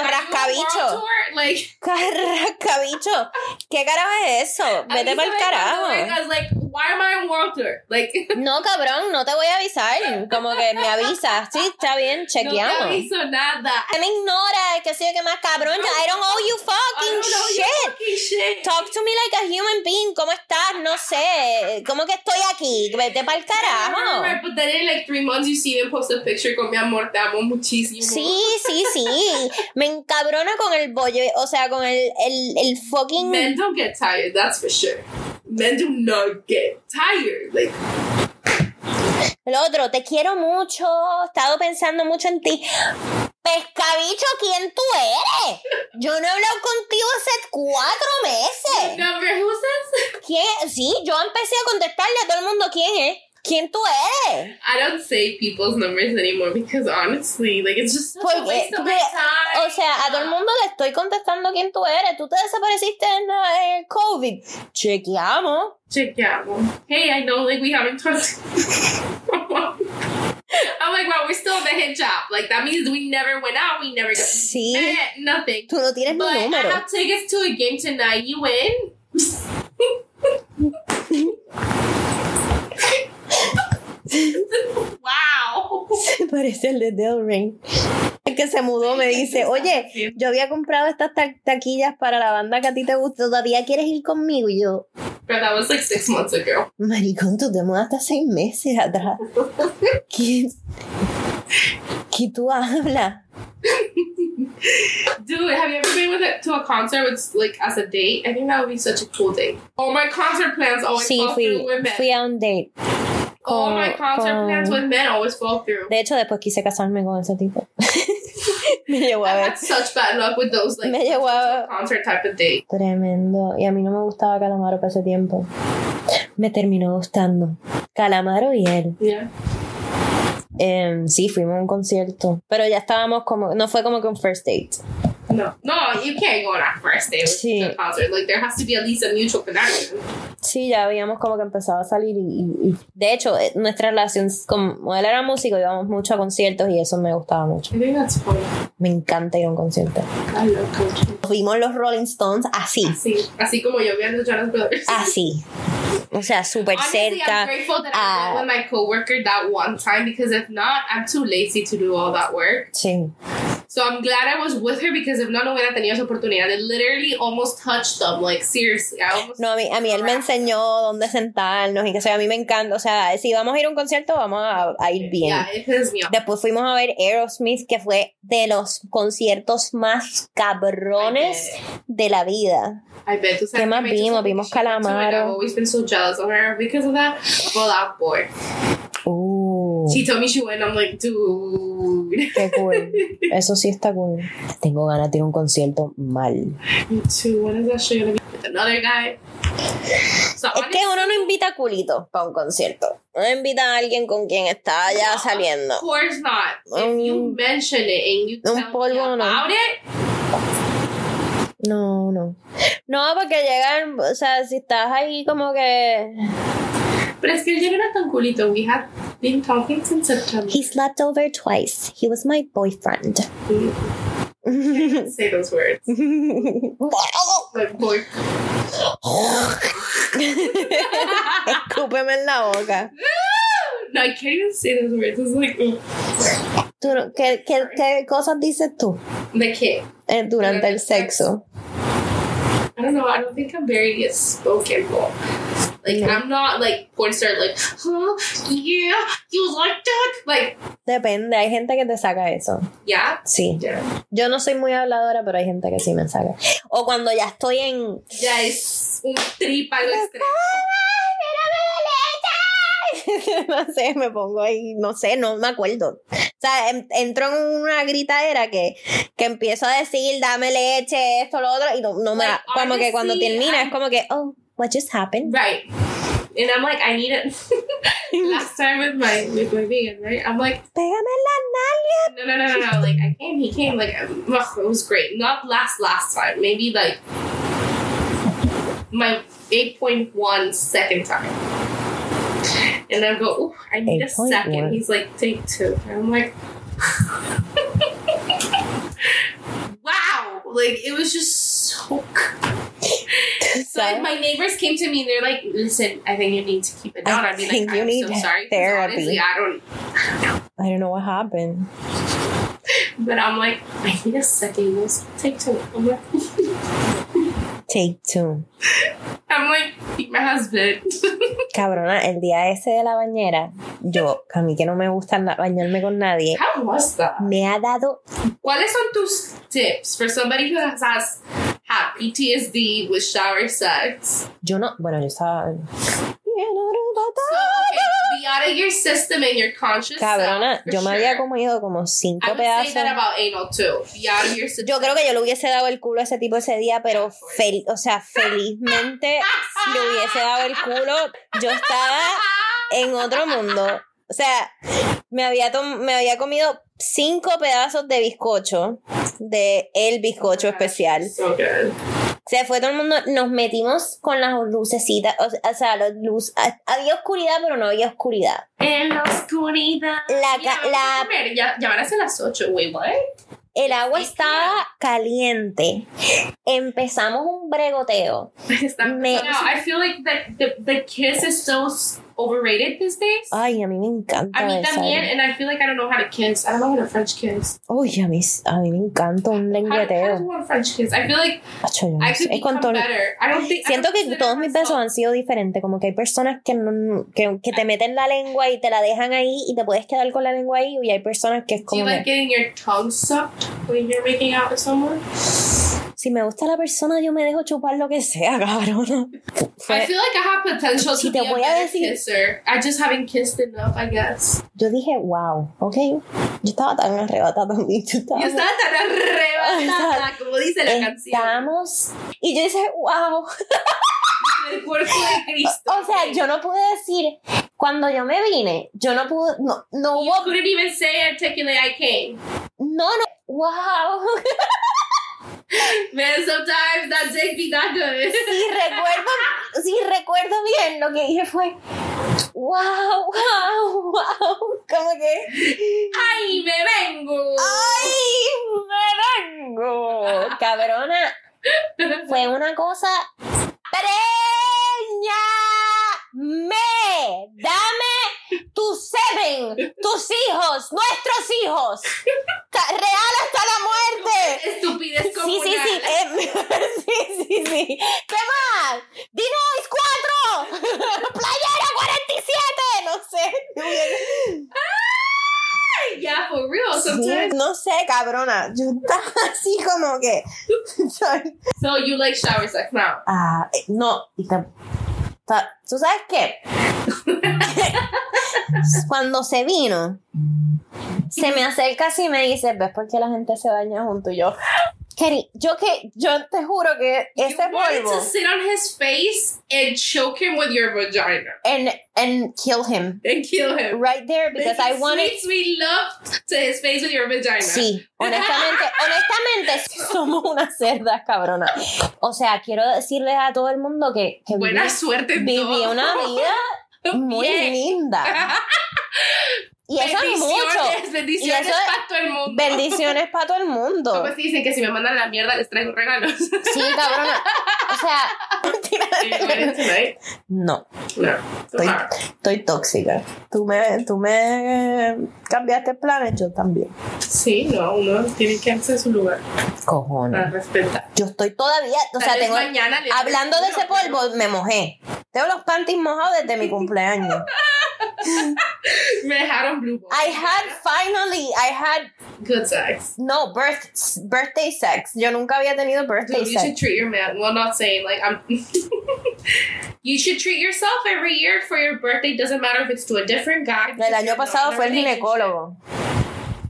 S1: are you on world
S2: rascabicho.
S1: tour? Like,
S2: Rascabicho. ¿Qué carajo es eso? Vete
S1: avísame
S2: para el
S1: cuando
S2: carajo.
S1: vengas, Like, why am I on world tour? Like,
S2: No, cabrón, no te voy a avisar. Como que me avisas. Sí, está bien,
S1: no te
S2: chequeamos. Que
S1: aviso nada.
S2: me ignora, que sé yo que más cabrón. yo- I don't owe you
S1: I
S2: fucking
S1: don't know
S2: shit.
S1: your fucking shit.
S2: Talk to me like a human being. ¿Cómo estás? No sé. ¿Cómo que estoy aquí? Vete para el carajo.
S1: Remember, But then in like three months, you see them post a picture con mi amor, te amo muchísimo.
S2: Sí, sí, sí. Me encabrona con el bollo, o sea, con el, el, el fucking...
S1: Men don't get tired, that's for sure. Men do not get tired. Like,
S2: El otro, te quiero mucho, he estado pensando mucho en ti. Pescabicho, ¿quién tú eres? Yo no he hablado contigo hace cuatro meses.
S1: number who says?
S2: ¿Quién? Sí, yo empecé a contestarle a todo el mundo quién es. ¿Quién tú eres?
S1: I don't say people's numbers anymore because honestly, like, it's just such a
S2: Porque-
S1: waste of my
S2: porque,
S1: time.
S2: O sea, a todo el mundo le estoy contestando quién tú eres. Tú te desapareciste en, la- en el COVID. Chequeamos.
S1: Check out. Hey, I know like we haven't talked. I'm like, wow, we're still in the hit job. Like that means we never went out. We never got
S2: Sí,
S1: eh, nothing.
S2: tú no tienes
S1: But
S2: mi
S1: I
S2: número.
S1: have tickets to a game tonight. You win. wow.
S2: Se parece al de Del Ring. que se mudó me dice, oye, yo había comprado estas ta- taquillas para la banda que a ti te gusta, ¿todavía quieres ir conmigo? Y yo,
S1: But that was like six months ago.
S2: maricón, tú te mudaste hace seis meses atrás. ¿Qué, qué tú hablas?
S1: Dude, have you ever been with a, to a concert with like as a date? I think that would be such a cool date. All my concert plans always
S2: Sí,
S1: fall
S2: fui,
S1: through with men.
S2: fui a un date.
S1: All my
S2: con-
S1: concert
S2: con-
S1: plans with men always fall through.
S2: De hecho, después quise casarme con ese tipo. me llevó a
S1: I've
S2: ver.
S1: had such bad luck with those like
S2: Me llevó a...
S1: concert type of date.
S2: Tremendo. Y a mí no me gustaba Calamaro para ese tiempo. Me terminó gustando. Calamaro y él.
S1: Yeah.
S2: Em, sí, fuimos a un concierto. Pero ya estábamos como. No fue como que un first date.
S1: No, no, you can't go on our first date with
S2: Sí.
S1: the concert. Like there has to be at least a mutual connection.
S2: Sí, ya habíamos como que empezado a salir. Y, y- y- de hecho, eh, nuestra relación. s- Como él era músico, íbamos mucho a conciertos y eso me gustaba mucho.
S1: I think that's funny.
S2: Me encanta ir a un concierto.
S1: I love country.
S2: Vimos los Rolling Stones así.
S1: Así, así como yo viendo Jonas Brothers.
S2: Así. O sea, súper
S1: Honestly, I'm
S2: cerca.
S1: grateful that I
S2: Ah.
S1: went with my coworker that one time because if not, I'm too lazy to do all that work.
S2: Sí.
S1: So I'm glad I was with her because if not, no hubiera tenido esa oportunidad. It literally almost touched them. Like seriously, I almost.
S2: No, a mí, a mí él me enseñó dónde sentarnos y que sea, a mí me encanta. O sea, si vamos a ir a un concierto, vamos a, a ir bien.
S1: Yeah, it pissed me off.
S2: Después fuimos a ver Aerosmith, que fue de los conciertos más cabrones de la vida.
S1: I bet. Tú sabes
S2: ¿Qué
S1: que
S2: más
S1: me hizo
S2: vimos?
S1: sentir
S2: Vimos
S1: chiquita, too, and
S2: Calamaro.
S1: I've always been so jealous of her because of that. Fall Out Boy.
S2: Uh,
S1: She told me she went. I'm like, dude.
S2: qué cool. Eso sí está cool. Tengo ganas de ir a un concierto mal.
S1: Me too. When is that shit gonna be with another guy? So
S2: Es que uno no invita a culito para un concierto. Uno invita a alguien con quien está ya
S1: No.
S2: saliendo.
S1: Of course not. If you
S2: Um,
S1: mention it and you
S2: un
S1: tell me
S2: polvo no.
S1: about it,
S2: No, no. No, porque llegan, o sea, si estás ahí como que...
S1: pero es que él ya no era tan culito. We had been talking since September.
S2: He slept over twice. He was my boyfriend.
S1: Say those words. Like boy.
S2: Escúpeme en la boca.
S1: No, I can't even say those words. It's like mm, ugh.
S2: Tú no- ¿qué, qué, qué cosas dices tú
S1: the kid.
S2: eh, durante el sexo?
S1: I don't know. I don't think I'm very spoken well. Like
S2: No.
S1: I'm not like corset. Like huh? Yeah, you like that? Like
S2: Depende, hay gente que te saca eso.
S1: yeah.
S2: Sí.
S1: Yeah.
S2: Yo no soy muy habladora, pero hay gente que sí me saca. O cuando ya estoy en.
S1: Ya es un tripa al extremo.
S2: no sé, me pongo ahí, no sé, no me acuerdo. O sea, en- entro en una gritadera que, que empiezo a decir, dame leche, esto, lo otro, y no, no me.
S1: Like,
S2: como que cuando
S1: honestly,
S2: termina
S1: I-
S2: es como que, oh, what just happened?
S1: Right. And I'm like, I need it. Last time with my with my vegan, right? I'm like,
S2: Pégame la
S1: no, no, no, no, no. Like I came, he came. Like um, ugh, it was great. Not last last time. Maybe like my eight point one second time. And I go, Ooh, I need a second.
S2: 8.1.
S1: He's like, take two. And I'm like. Wow! Like it was just so good.
S2: nalga.
S1: So if my neighbors came to me and they're like, "Listen, I think you need to keep it down,"
S2: I
S1: I'd be
S2: think
S1: like,
S2: you
S1: "I'm
S2: need
S1: so sorry." 'cause
S2: therapy.
S1: Honestly, I don't.
S2: I don't know what happened.
S1: But I'm like, I need a second. Let's take two. I'm like,
S2: Take two.
S1: I'm like, beat my husband.
S2: Cabrona, el día ese de la bañera, yo, a mí que no me gusta na- bañarme con nadie,
S1: How was that?
S2: me ha dado.
S1: ¿Cuáles son tus tips for somebody who has, has had PTSD with shower sex?
S2: Yo no. Bueno, yo estaba.
S1: So okay, be out of your system and your conscious. self,
S2: Cabrona,
S1: for
S2: yo me había
S1: sure.
S2: comido como cinco
S1: I would say that
S2: pedazos.
S1: about anal too. Be out of your system.
S2: Yo creo que yo le hubiese dado el culo a ese tipo ese día, pero fel- o sea, felizmente le hubiese dado el culo. Yo estaba en otro mundo. O sea, me había, tom- me había comido cinco pedazos de bizcocho, de el bizcocho especial.
S1: So good.
S2: Se fue todo el mundo, nos metimos con las lucecitas, o, o sea, los luz, ha- había oscuridad, pero no había oscuridad.
S1: En la oscuridad. Mira,
S2: La, ca-
S1: vamos a
S2: la,
S1: comer. Ya, ya van a ser las 8, güey, what?
S2: el agua
S1: Sí,
S2: estaba caliente. Empezamos un bregoteo.
S1: Está-
S2: Me-
S1: No, I feel like the, the, the kiss is so s- overrated these days.
S2: Ay, a mí me encanta.
S1: I mean,
S2: esa
S1: también,
S2: área.
S1: and I feel like I don't know how to kiss. I don't know how to French kiss.
S2: Uy, a mí, a mí me encanta un
S1: How, how does
S2: lengüeteo.
S1: one French kiss? I feel like
S2: Acho, yo no
S1: I
S2: sé.
S1: could
S2: Es
S1: become
S2: cuando-
S1: better. I don't think. I
S2: Siento
S1: don't
S2: que
S1: consider
S2: todos mis besos
S1: myself-
S2: han sido diferentes, como que hay personas que, no, que, que te meten la lengua y te la dejan ahí y te puedes quedar con la lengua ahí y hay personas que es
S1: Do you
S2: como que
S1: like getting your tongue sucked when you're making out with someone?
S2: si me gusta la persona yo me dejo chupar lo que sea, cabrón. Fue-
S1: I feel like I have potential
S2: Si
S1: to
S2: te
S1: be a
S2: voy a
S1: better
S2: decir-
S1: kisser. I just haven't kissed enough, I guess.
S2: yo dije, wow, ok. Yo estaba tan arrebatada. Yo estaba-
S1: Yo estaba tan arrebatada, como dice la canción.
S2: Estamos. Y yo dije, wow.
S1: El cuerpo de Cristo.
S2: O sea, yo no pude decir, cuando yo me vine, yo no pude, no, no
S1: You
S2: hubo,
S1: couldn't even say articulate I came.
S2: no, no, wow.
S1: Man, sometimes that dick be that good.
S2: Si recuerdo, si recuerdo bien, lo que dije fue, wow, wow, wow. Como que,
S1: ¡Ay, me vengo!
S2: ay, me vengo. Cabrona, fue una cosa preñame dame tus seven tus hijos nuestros hijos Ca- real hasta la muerte
S1: Estupidez como
S2: Sí, sí, sí. eh, sí, sí, sí. ¿Qué más? ¡Dinois 4! ¡Playera 47! No sé.
S1: Yeah, for real, sometimes.
S2: no sé, cabrona. Yo estaba así como que.
S1: So you like shower sex now.
S2: Ah, eh, no, y tam- ta- ¿Tú sabes qué? Cuando se vino, se me acerca así y me dice, ¿ves por qué la gente se baña junto? Y yo, Keri, yo que, yo te juro que ese
S1: you wanted
S2: polvo
S1: to sit on his face and choke him with your vagina
S2: and, and kill him.
S1: and kill him.
S2: Right there, because I
S1: Making
S2: wanted.
S1: sweet, sweet love to his face with your vagina.
S2: Sí, honestamente, honestamente somos unas cerdas, cabrona. O sea, quiero decirles a todo el mundo que, que viví,
S1: Buena suerte en
S2: viví
S1: todo.
S2: una vida muy
S1: Bien.
S2: linda. Y eso es mucho.
S1: Bendiciones, bendiciones
S2: Y eso-
S1: para todo el mundo.
S2: Bendiciones para todo el mundo.
S1: Como si dicen que si me mandan a la mierda les traigo regalos.
S2: Sí, cabrona. O sea,
S1: Tonight?
S2: no,
S1: No.
S2: estoy,
S1: Tomorrow.
S2: estoy tóxica. Tú me, tú me cambiaste planes, yo también.
S1: Sí, no, uno tiene que hacer su lugar para
S2: Cojones.
S1: respetar.
S2: Yo estoy todavía, o
S1: Ah.
S2: sea,
S1: Tal vez
S2: tengo,
S1: mañana le-
S2: Hablando de ese
S1: No,
S2: polvo, me mojé. Tengo los panties mojados desde mi cumpleaños.
S1: Me dejaron blue balls.
S2: I had finally, I had
S1: good sex.
S2: no birth, birthday sex. Yo nunca había tenido birthday
S1: Dude, you should
S2: sex.
S1: treat your man. Well, not saying like I'm. you should treat yourself every year for your birthday. Doesn't matter if it's to a different guy.
S2: El año pasado fue el ginecólogo.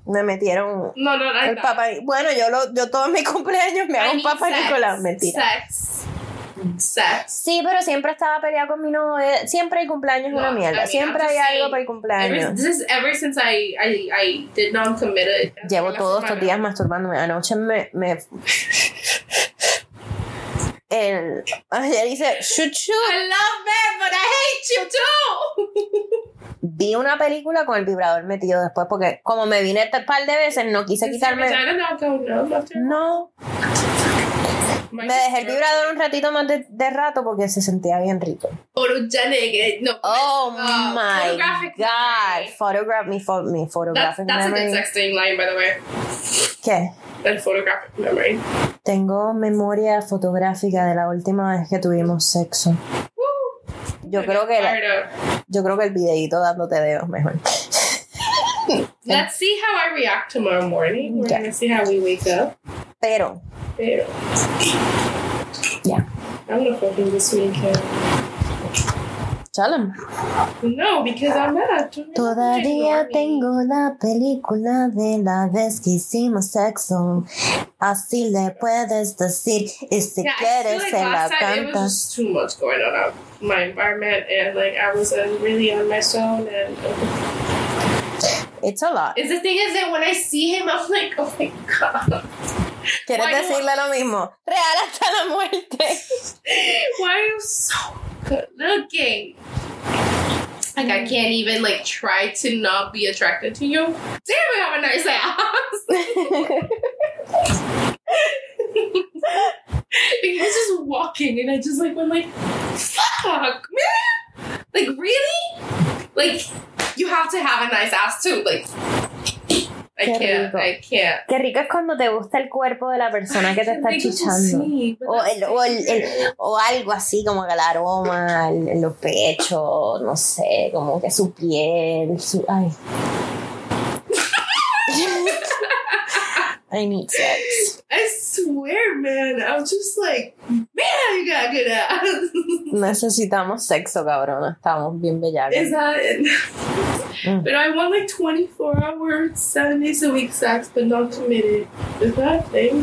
S2: Me metieron
S1: No, no, no.
S2: el papá. Bueno, yo lo, yo todos mis cumpleaños me hago un papá Nicolás. Mentira.
S1: Sex. Sex.
S2: Sí, pero siempre estaba peleada con mi novio. Siempre el cumpleaños es
S1: No,
S2: una
S1: I
S2: mierda.
S1: mean,
S2: Siempre
S1: I'm
S2: hay
S1: just saying,
S2: algo para el
S1: Ever,
S2: cumpleaños.
S1: this is ever since I I, I did non committed.
S2: Llevo todos estos días masturbándome. Anoche me. me- El, ayer hice shoot shoot.
S1: I love men, but I hate you too.
S2: Vi una película con el vibrador metido después porque, como me vine este par de veces, no quise
S1: Is your
S2: quitarme.
S1: vagina not go numb after?
S2: No,
S1: My
S2: ¿Mm? me dejé el
S1: sister-
S2: vibrador un ratito más de, de rato porque se sentía bien rico.
S1: Photogenic, eh, No.
S2: Oh
S1: Ah,
S2: my
S1: photographic
S2: god,
S1: memory.
S2: photograph mi, pho- mi
S1: That's,
S2: photographic
S1: that's a good
S2: memory.
S1: sexting line, by the way.
S2: ¿Qué?
S1: That photographic memory.
S2: Tengo memoria fotográfica de la última vez que tuvimos sexo.
S1: Woo!
S2: Yo
S1: I'm
S2: creo que la-
S1: fired up.
S2: Yo creo que el videíto dándote dedos mejor.
S1: Let's see how I react tomorrow morning. We're
S2: Yeah.
S1: gonna see how we wake up.
S2: Pero,
S1: Ew.
S2: Yeah.
S1: I'm gonna fucking this weekend.
S2: chalam.
S1: No, because I'm not.
S2: Todavía tengo la película de la vez que hicimos sexo. Así le puedes decir. Y si
S1: Yeah, I
S2: quieres,
S1: feel like
S2: se la
S1: last time it was
S2: cantas.
S1: just too much going on out my environment, and like I was uh, really on my phone. And
S2: It's a lot.
S1: It's the thing is that when I see him, I'm like, oh my god,
S2: ¿Quieres
S1: Why do I-
S2: decirle lo mismo? Real hasta la muerte.
S1: why are you so good looking? Like I can't even like try to not be attracted to you. Damn it, I'm a nice ass. he was just walking, and I just like went like, fuck, man. Like really? like you have to have a nice ass too. Like I
S2: Qué
S1: can't.
S2: rico.
S1: I can't.
S2: Qué rico es cuando te gusta el cuerpo de la persona que te está
S1: Rico to
S2: chichando.
S1: see, but
S2: O, el- o el- el- o algo así, como que el aroma, el- el- los pechos, no sé, como que su piel, su... Ay. I need sex.
S1: I swear, man, I'm just like, man, you got good ass.
S2: Necesitamos sexo, cabrona. Estamos bien bellacos.
S1: Is that it?
S2: Mm.
S1: But I want like 24 hours, seven days a week sex, but not committed. Is that a thing?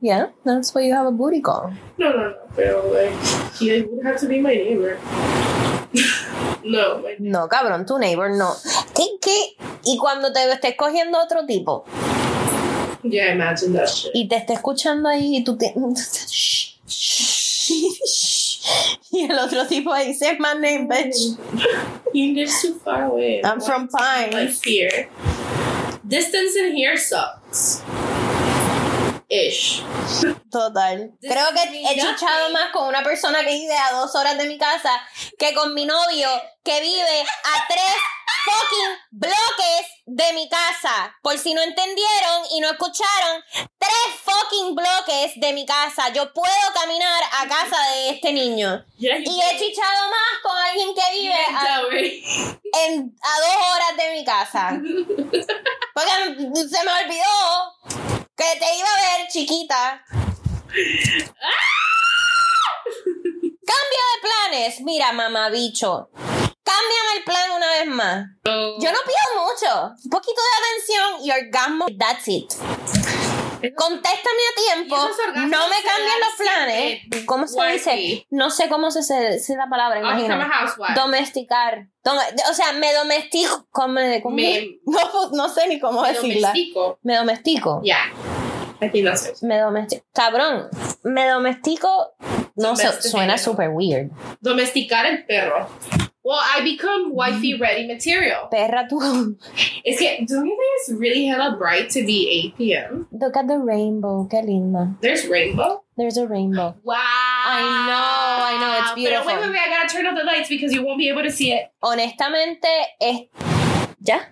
S2: Yeah, that's why you have a booty call.
S1: No, no, no. Pero like, he would have to be my neighbor. no, my
S2: No, cabrón, tu neighbor no. ¿Qué, qué? Y cuando te estés cogiendo otro tipo
S1: yeah, imagine that shit.
S2: y te esté escuchando ahí y tú te... Shh, shh, shh. y el otro tipo ahí, say my name, bitch.
S1: He lives too far away.
S2: I'm from
S1: like
S2: Pine.
S1: here. Distance in here sucks. Ish.
S2: Total. Creo que he chichado más con una persona que vive a dos horas de mi casa que con mi novio que vive a tres fucking bloques de mi casa. Por si no entendieron y no escucharon, tres fucking bloques de mi casa. Yo puedo caminar a casa de este niño.
S1: Yeah,
S2: Y he chichado más con alguien que vive a, en- a dos horas de mi casa. Porque se me olvidó que te iba a ver chiquita.
S1: ¡Ah!
S2: Cambio de planes. Mira, mamá bicho. Cámbiame el plan una vez más. Yo no pido mucho. Un poquito de atención y orgasmo. That's it. Contéstame a tiempo.
S1: Y esos orgasmos
S2: No me
S1: se
S2: cambien
S1: dan
S2: los planes. ¿Cómo se dice?
S1: Wifey.
S2: No sé cómo se dice la palabra,
S1: I'll become a
S2: imagino.
S1: housewife.
S2: Domesticar. Dom- o sea, me domestico. ¿Cómo- cómo-
S1: Me-
S2: no, pues, no sé ni cómo decirla.
S1: Domestico.
S2: Me domestico.
S1: Yeah. I think that's it.
S2: Me domestico. Cabrón, me domestico. No sé,
S1: Domesticated.
S2: suena super weird.
S1: Domesticar el perro. Well, I become wifey ready material.
S2: Perra, tú.
S1: It's get, don't you think it's really hella bright to be 8 p.m.?
S2: Look at the rainbow. Qué linda.
S1: There's rainbow.
S2: There's a rainbow.
S1: Wow.
S2: I know, I know, it's beautiful.
S1: But wait, wait, wait, I gotta turn off the lights because you won't be able to see it.
S2: Honestamente, es. Ya.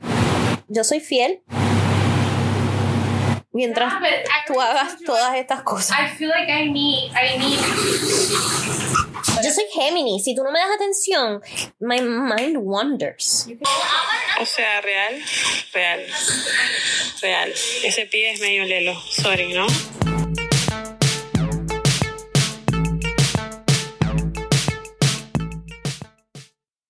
S2: Yo soy fiel. Mientras
S1: Yeah, but I
S2: tú
S1: already
S2: hagas
S1: told you,
S2: todas estas cosas.
S1: I feel like I need, I need.
S2: Yo soy Géminis. Si tú no me das atención, my mind wanders.
S5: O sea, real, real, real. Ese pie es medio lelo, sorry, ¿no?